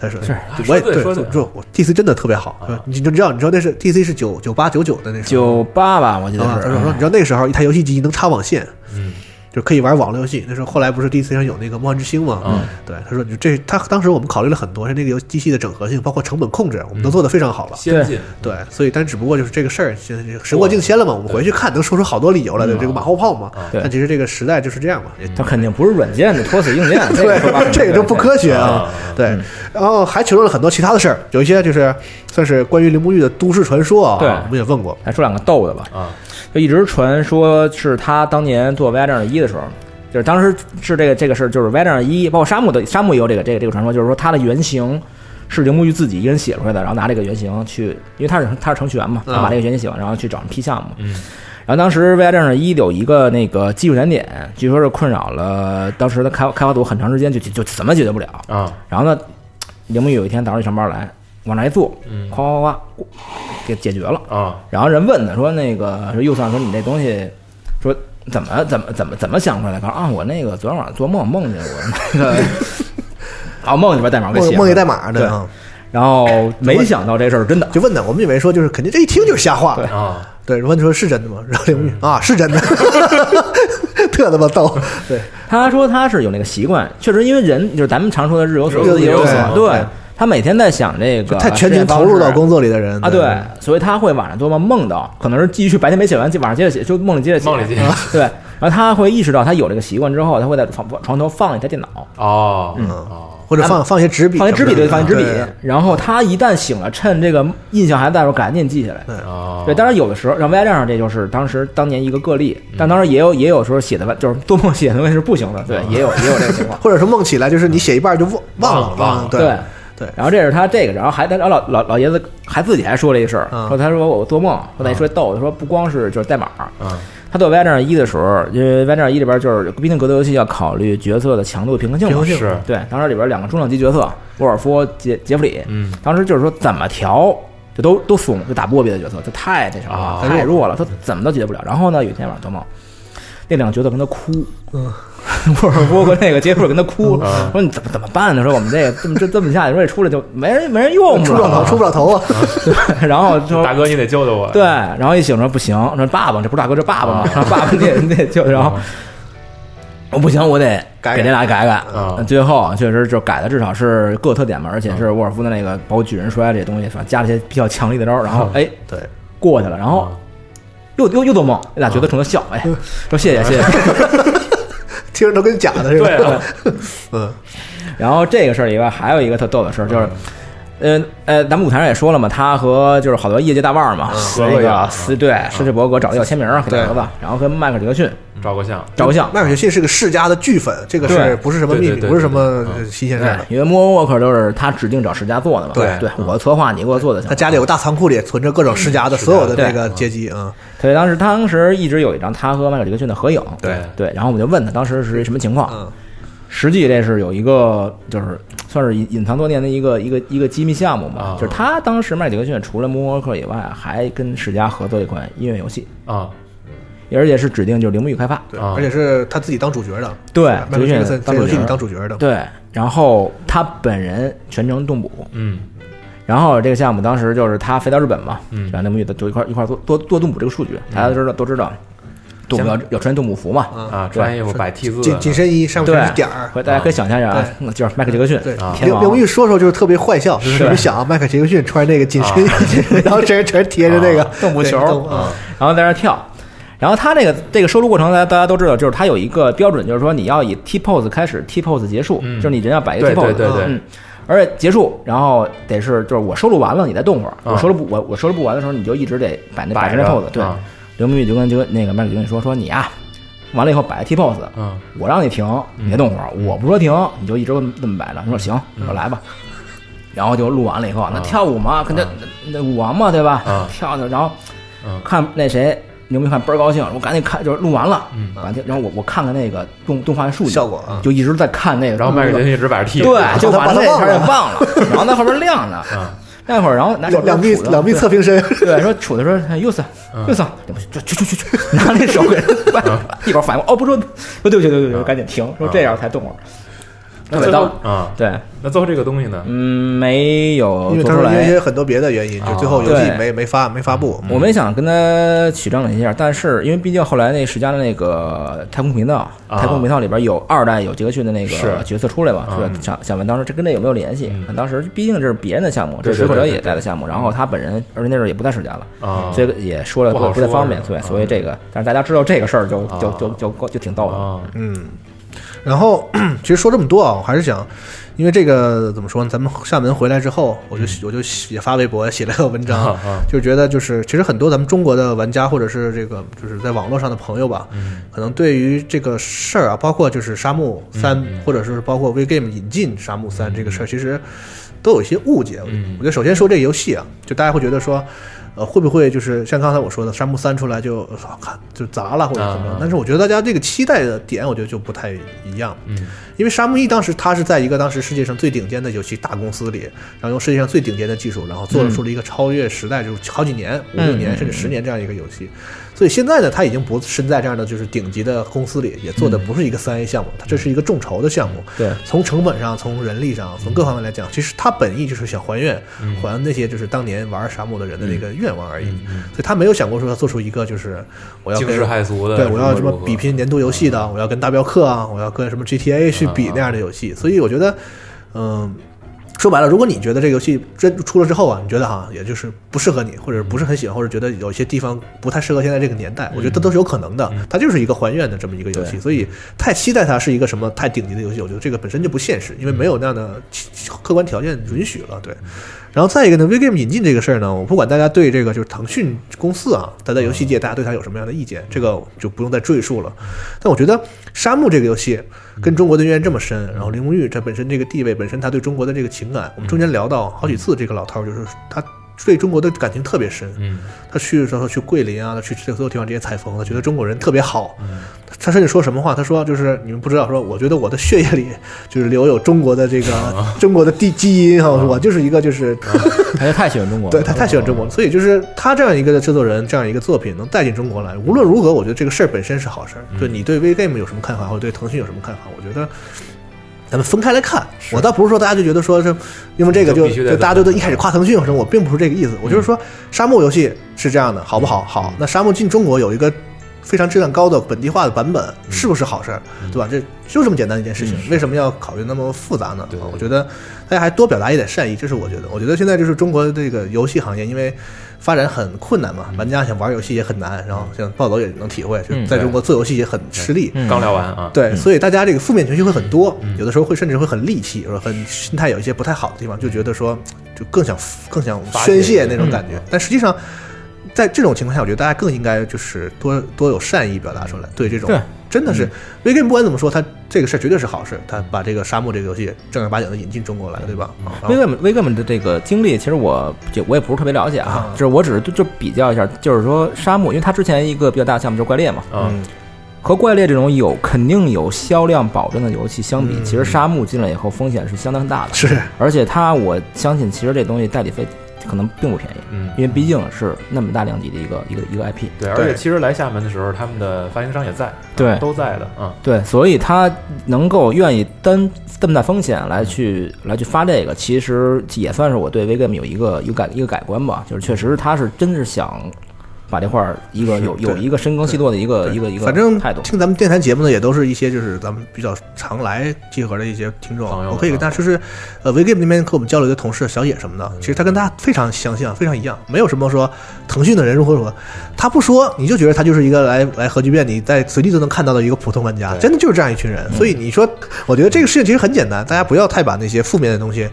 他说：“我
说
也
对
对，
说对
我说我 DC 真的特别好，呃你就知道，你知道那是 DC 是九九八九九的那时候，
九八吧，我记得
啊，他
是
说说，你知道那时候一台游戏机能插网线，
嗯，
就可以玩网络游戏。那时候后来不是 DC 上有那个《梦幻之星》吗？
嗯，
对，他说你这他当时我们考虑了很多，是那个游戏机器的整合性，包括成本控制，我们都做得非常好了。
先进，
对，所以但只不过就是这个事儿，现在这个时过境迁了嘛，我们回去看能说出好多理由来，对这个马后炮嘛。
啊对嗯
但其实这个时代就是这样嘛，也
他肯定不是软件的拖死硬件，这 个说 法
对，
肯定
这个就不科学
啊
啊。
嗯
对，然后还评论了很多其他的事儿，有一些就是算是关于林沐玉的都市传说啊，
对
我们也问过，
还说两个逗的吧，
啊，
就一直传说是他当年做 Y 战一的时候，就是当时是这个这个事儿，就是 Y 战一，包括沙漠的沙漠也有这个这个这个传说，就是说他的原型是铃木玉自己一个人写出来的，然后拿这个原型去，因为他是他是程序员嘛，他把这个原型写完，然后去找人批项目。
嗯，
然后当时 V I 战士一有一个那个技术难点，据说是困扰了当时的开开发组很长时间就，就就怎么解决不了。
啊，
然后呢，铃木玉有一天早上一上班来，往那儿一坐，
嗯
夸夸夸，给解决了。
啊，
然后人问他说：“那个说右算说你这东西，说怎么怎么怎么怎么想出来的？”他说：“啊，我 那个昨天晚上做 梦梦见我那个，啊梦见把代码给
哦梦
写
梦
了
里代码
对
的啊，
然后没想到这事儿真的，
就问他，我们以为说就是肯定这一听就是瞎话，
啊，
对，问说是真的吗？ 然后林沐玉
嗯
啊是真的， 特他妈逗，对，
他说他是有那个习惯，确实因为人就是咱们常说的日有所思
日
夜
有
有
所
所
思
梦，
对
对他每天在想这个
太全情投入到工作里的人
啊，对，所以他会晚上做梦梦到，可能是继续白天没写完，晚上接着写，就梦里接着写，
梦里接着
对，然后他会意识到他有这个习惯之后，他会在床床头放一台电脑。
哦，
嗯
哦，
或者放放些纸笔什
放
么的，
一支笔，对，放一支笔
啊对。
然后他一旦醒了，趁这个印象还在的时候，赶紧记下来。
嗯
哦，
对，当然有的时候，让 Y 站上这就是当时当年一个个例，
嗯
但当然也有也有时候写的就是做梦写的东西是不行的，对，
嗯
也有也有这个情况。
或者是梦起来，就是你写一半就忘了，
忘了
嗯
对
对对
然后这是他这个，然后还然后老老老爷子还自己还说了一事儿，
嗯
说他说我做梦，说那说逗，他说不光是就是代码，
嗯，
他做 Y 站一的时候，因为 Y 站一里边就是毕竟格斗游戏要考虑角色的强度平衡性嘛，
平衡性
是
对，当时里边两个重量级角色，沃尔夫、杰杰弗里，
嗯，
当时就是说怎么调就都都怂，就打不过别的角色，就太那什么了，
啊
太弱了，他怎么都解决不了。然后呢，有一天晚上做梦，那两个角色跟他哭，
嗯
沃尔夫和那个杰弗里跟他哭，
嗯
说你怎么怎么办呢？说我们这个这么这这么下去，说这出来就没人没人用
出不了头，
了，
出不了头啊！
对，然后就
大哥，你得救救我，
对，，然后一醒说不行，说爸爸，这不是大哥，这爸爸
啊
嘛，然后爸爸你得你得就，然后
嗯
我不行，我得
改改
给这俩改改
嗯。
最后确实就改的至少是各有特点嘛，而且是沃尔夫的那个包括巨人摔啊这些东西，反正加了一些比较强力的招儿，然后
嗯
哎
对，
过去了，然后又又又做
嗯
梦，那俩觉得冲他笑，哎，说谢谢谢谢。
听着都跟假的似
对
的。
啊，
嗯，
然后这个事儿以外，还有一个特逗的事儿就是。
嗯
呃呃，咱们舞台上也说了嘛，他和就是好多业界大腕儿嘛，
嗯合
那
过一下嗯
个斯对施蒂伯格找他要签名儿给他儿子，然后跟迈克尔杰克逊
照个相，
照个相，
迈克尔杰克逊是个世家的巨粉，这个事
对
儿不是什么秘
对对
密，
对
不是什么
对
呃新鲜事
对哎
儿。，
因为 Moon Walker 都是他指定找世家做的嘛。
对嗯
对我策划你给我做的行
他。家里有个大仓库，里存着各种世
嗯
家的所有的那个街机啊。
所以当时当时一直有一张他和迈克尔杰克逊的合影。
对
对，然后我们就问他当时是一什么情况。
嗯，
实际这是有一个就是算是隐隐藏多年的一个一个一个机密项目嘛
啊，
就是他当时迈克尔杰克逊除了 Moon Walker 以外，还跟世嘉合作一款音乐游戏，
啊，
而且是指定就是铃木玉开发。
对，
啊
而且是他自己当主角的。
对
迈克尔杰克逊
当
当
主角
游戏里当主角的。
对，然后他本人全程动捕，
嗯，
然后这个项目当时就是他飞到日本嘛，
嗯
然后那木玉的就一块一块做做做动捕这个数据，大家都知道都知道，动捕要要穿动捕服嘛，
啊，穿衣服摆 T 字，
嗯紧紧身衣上面
对
全是点儿，。
大家可以想象一下啊
对，
嗯就是迈克尔杰克逊
对，，
天
刘
王
刘玉说说就是特别坏笑，就是你们想啊，迈克尔杰克逊
啊
穿那个紧身衣，然后身上全贴着那个
动捕球
对动啊，
然后在那儿跳。然后它这个这个收录过程，大家大家都知道，就是它有一个标准，就是说你要以 T pose 开始，T pose 结束，
嗯
就是你人要摆一个
对
T pose，
对对对，
嗯，而且结束，然后得是就是我收录完了，你再动会儿，
啊
我收录不我我收录不完的时候，你就一直得摆那摆
摆
着那
着
pose，对
啊，
刘明玉就跟就跟那个麦克就跟你说说你啊，完了以后摆个 T pose，
嗯，嗯
我让你停，你再动会儿，我不说停，你就一直这么摆着。你说行，我来吧。然后就录完了以后，那跳舞嘛，跟那那舞王嘛，对吧
啊？
跳的，然后
嗯
看那谁牛逼，看倍儿高兴，我赶紧看，就是录完了，
嗯
完就然后我我看看那个动动画的数据
效果啊
就一直在看那个，
然后麦克杰一直摆着 T，
对，就
把
把
它
那
忘
茬儿
了
给忘了，然后在后边晾着，
嗯
那会儿然后拿手
两两臂
杵着
两臂
对
侧平伸，
对，说杵的时候，哎又死
嗯
又死，就去去去去，拿那手给人掰， 一会儿反应过来，哦，不说，说对不起对不起，赶紧停，说这样才动会儿，
嗯那
特别
最后
逗。
啊，
对，
那最后这个东西呢？
嗯，没有
因为
做
他
出
说因为因
来。啊
为很多别的原因，就最后游戏
对嗯
没没发没发
嗯
布。
我们也想跟他取证了一下，但是因为毕竟后来那十佳的那个太空频道，
啊
太空频道里边有二代有杰克逊的那
是
个角色出来嘛，
嗯
是吧想想问当时这跟这有没有联系？
嗯
当时毕竟这是别人的项目，这
对
是
对
水果
对
小
对
野
对嗯
带的项目，然后他本人而且那时候也不在世家了，
啊，
所以也说了
不
不
好
不太
说
方
是
便，
吧
对，
啊
所以这个，但是大家知道这个事儿就
啊
就就就就挺逗的。
啊，
嗯，然后 其实说这么多啊，我还是想，因为这个怎么说呢？咱们厦门回来之后，我就我就也发微博写了个文章，
嗯啊啊
就是觉得就是其实很多咱们中国的玩家或者是这个就是在网络上的朋友吧，
嗯
可能对于这个事儿啊，包括就是《沙漠三》
嗯
或者是包括 V Game 引进《沙漠三》这个事儿，其实都有一些误解。
嗯
我觉得首先说这个游戏啊，就大家会觉得说。呃，会不会就是像刚才我说的，《沙漠三》出来就呃好看就砸了或者怎么
啊啊
样？但是我觉得大家这个期待的点，我觉得就不太一样。
嗯，
因为《沙漠一》当时它是在一个当时世界上最顶尖的游戏大公司里，然后用世界上最顶尖的技术，然后
嗯
做了出了一个超越时代，就是好几年、五六年甚至十年这样一个游戏。所以现在呢，它已经不身在这样的就是顶级的公司里，也做
嗯
的不是一个三 A 项目，它这是一个众筹的项目。
对，
从成本上、从人力上、从各方面来讲，其实它本意就是想还愿，
嗯
还那些就是当年玩沙漠的人的那个愿望而已。所以他没有想过说要做出一个就是我
嗯
要
惊
跟
世骇俗的，
对，我要什
如何
么
如何嗯
比拼年度游戏的，我要跟大镖客啊，我要跟什么 GTA 去比那样的游
嗯
戏。所以我觉得，嗯，说白了，如果你觉得这个游戏真出了之后啊，你觉得哈、也就是不适合你，或者不是很喜欢，或者觉得有些地方不太适合现在这个年代，我觉得
嗯
这都是有可能的。它就是一个还愿的这么一个游戏，所以太期待它是一个什么太顶级的游戏，我觉得这个本身就不现实，因为没有那样的客观条件允许了。对。然后再一个呢，VGame 引进这个事儿呢，我不管大家对这个就是腾讯公司啊，它在游戏界大家对它有什么样的意见，这个就不用再赘述了。但我觉得《沙漠》这个游戏跟中国的渊源这么深，然后林梦玉这本身这个地位，本身他对中国的这个情感，我们中间聊到好几次，这个老头儿就是他对中国的感情特别深，
嗯
他去的时候去桂林啊，他去所有地方这些采风，他觉得中国人特别好。他甚至说什么话？他说就是你们不知道，说我觉得我的血液里就是留有中国的这个、中国的地基因哈、我就是一个就是、
他就太喜欢中国了，哦
对他太喜欢中国了，所以就是他这样一个制作人，这样一个作品能带进中国来，无论如何，我觉得这个事儿本身是好事儿。
嗯
对你对 VGame 有什么看法，或者对腾讯有什么看法，我觉得。咱们分开来看，我倒不是说大家就觉得说是因为这个
就
就
必须得嗯
就大家就都一开始夸腾讯，什么，我并不是这个意思。我就是说，沙漠游戏是这样的，好不好？好，那沙漠进中国有一个非常质量高的本地化的版本，
嗯
是不是好事儿？对吧？这就这么简单一件事情，为什么要考虑那么复杂呢？
对
啊
对
我觉得大家还多表达一点善意，这是我觉得。我觉得现在就是中国这个游戏行业，因为发展很困难嘛，玩家想玩游戏也很难，然后像暴走也能体会，就
嗯
在
对
中国做游戏也很吃力。
嗯
刚聊完啊，
对，所以大家这个负面情绪会很多，有的时候会甚至会很戾气，或者很心态有一些不太好的地方，就觉得说就更想更想
发泄
宣泄那种感
嗯
觉。但实际上，在这种情况下，我觉得大家更应该就是多多有善意表达出来，对这种
对嗯
真的是 v g a 不管怎么说，他这个事儿绝对是好事，他把这个沙漠这个游戏正儿八经的引进中国来，对吧？啊然后
v g a m v g a m 的这个经历，其实我这我也不是特别了解啊，
啊
就是我只是就就比较一下，就是说沙漠，因为他之前一个比较大的项目就是怪猎嘛，
嗯
啊，
和怪猎这种有肯定有销量保证的游戏相比，其实沙漠进来以后风险是相当大的，
是
而且它我相信其实这东西代理费可能并不便宜，
嗯
因为毕竟是那么大量级的一个一个一个 IP，
对，而且其实来厦门的时候，他们的发行商也在，
对
都在的啊，
对，所以他能够愿意担这么大风险来去来去发这个，其实也算是我对 VGame 有一个一个改一个改观吧。就是确实他是真是想把这块儿一个有有一个深耕细作的一个一个一个
反正
态度。
听咱们电台节目呢，也都是一些就是咱们比较常来集合的一些听众
朋友。们
我可以跟大家就是，呃，WeGame 那边和我们交流的同事小野什么
嗯
的，其实他跟大家非常相像，非常一样，没有什么说腾讯的人如何如何，他不说你就觉得他就是一个来来核聚变你在随地都能看到的一个普通玩家，真的就是这样一群人。
嗯
所以你说，我觉得这个事情其实很简单，大家不要太把那些负面的东西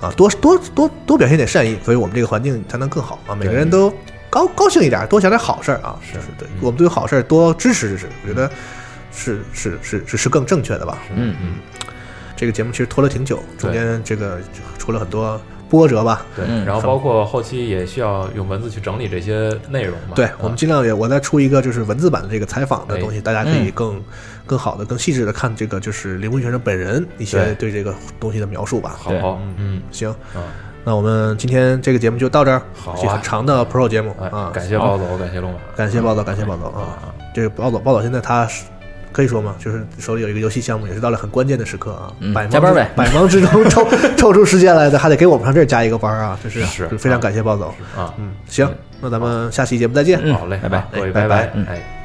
啊，多多多多表现点善意，所以我们这个环境才能更好啊，每个人都。高高兴一点，多想点好事儿啊！是是，对我们对好事儿多支持支持，我觉
嗯
得是是是是是更正确的吧。
嗯
嗯，这个节目其实拖了挺久，中间这个出了很多波折吧。
对
嗯，
然后包括后期也需要用文字去整理这些内容嘛。
对
啊
我们尽量也，我再出一个就是文字版的这个采访
哎
的东西，大家可
嗯
以更更好的、更细致的看这个就是铃木先生本人一些对这个东西的描述吧。
好好，嗯
行，
嗯啊，
那我们今天这个节目就到这儿，
好啊
这很长的 Pro 节目啊
哎，，感谢包总，感谢龙马。
感谢报道，感谢报道啊！
啊，
这个报道报道现在他是可以说吗？就是手里有一个游戏项目，也是到了很关键的时刻啊，
嗯
百忙
加班呗
之百忙之中 抽抽出时间来的，还得给我们上这儿加一个班啊，这是
是
非常感谢报道。
啊，
嗯，行，那咱们下期节目再见。
嗯
好嘞，
拜拜
啊各位
哎拜
拜
拜
拜，哎。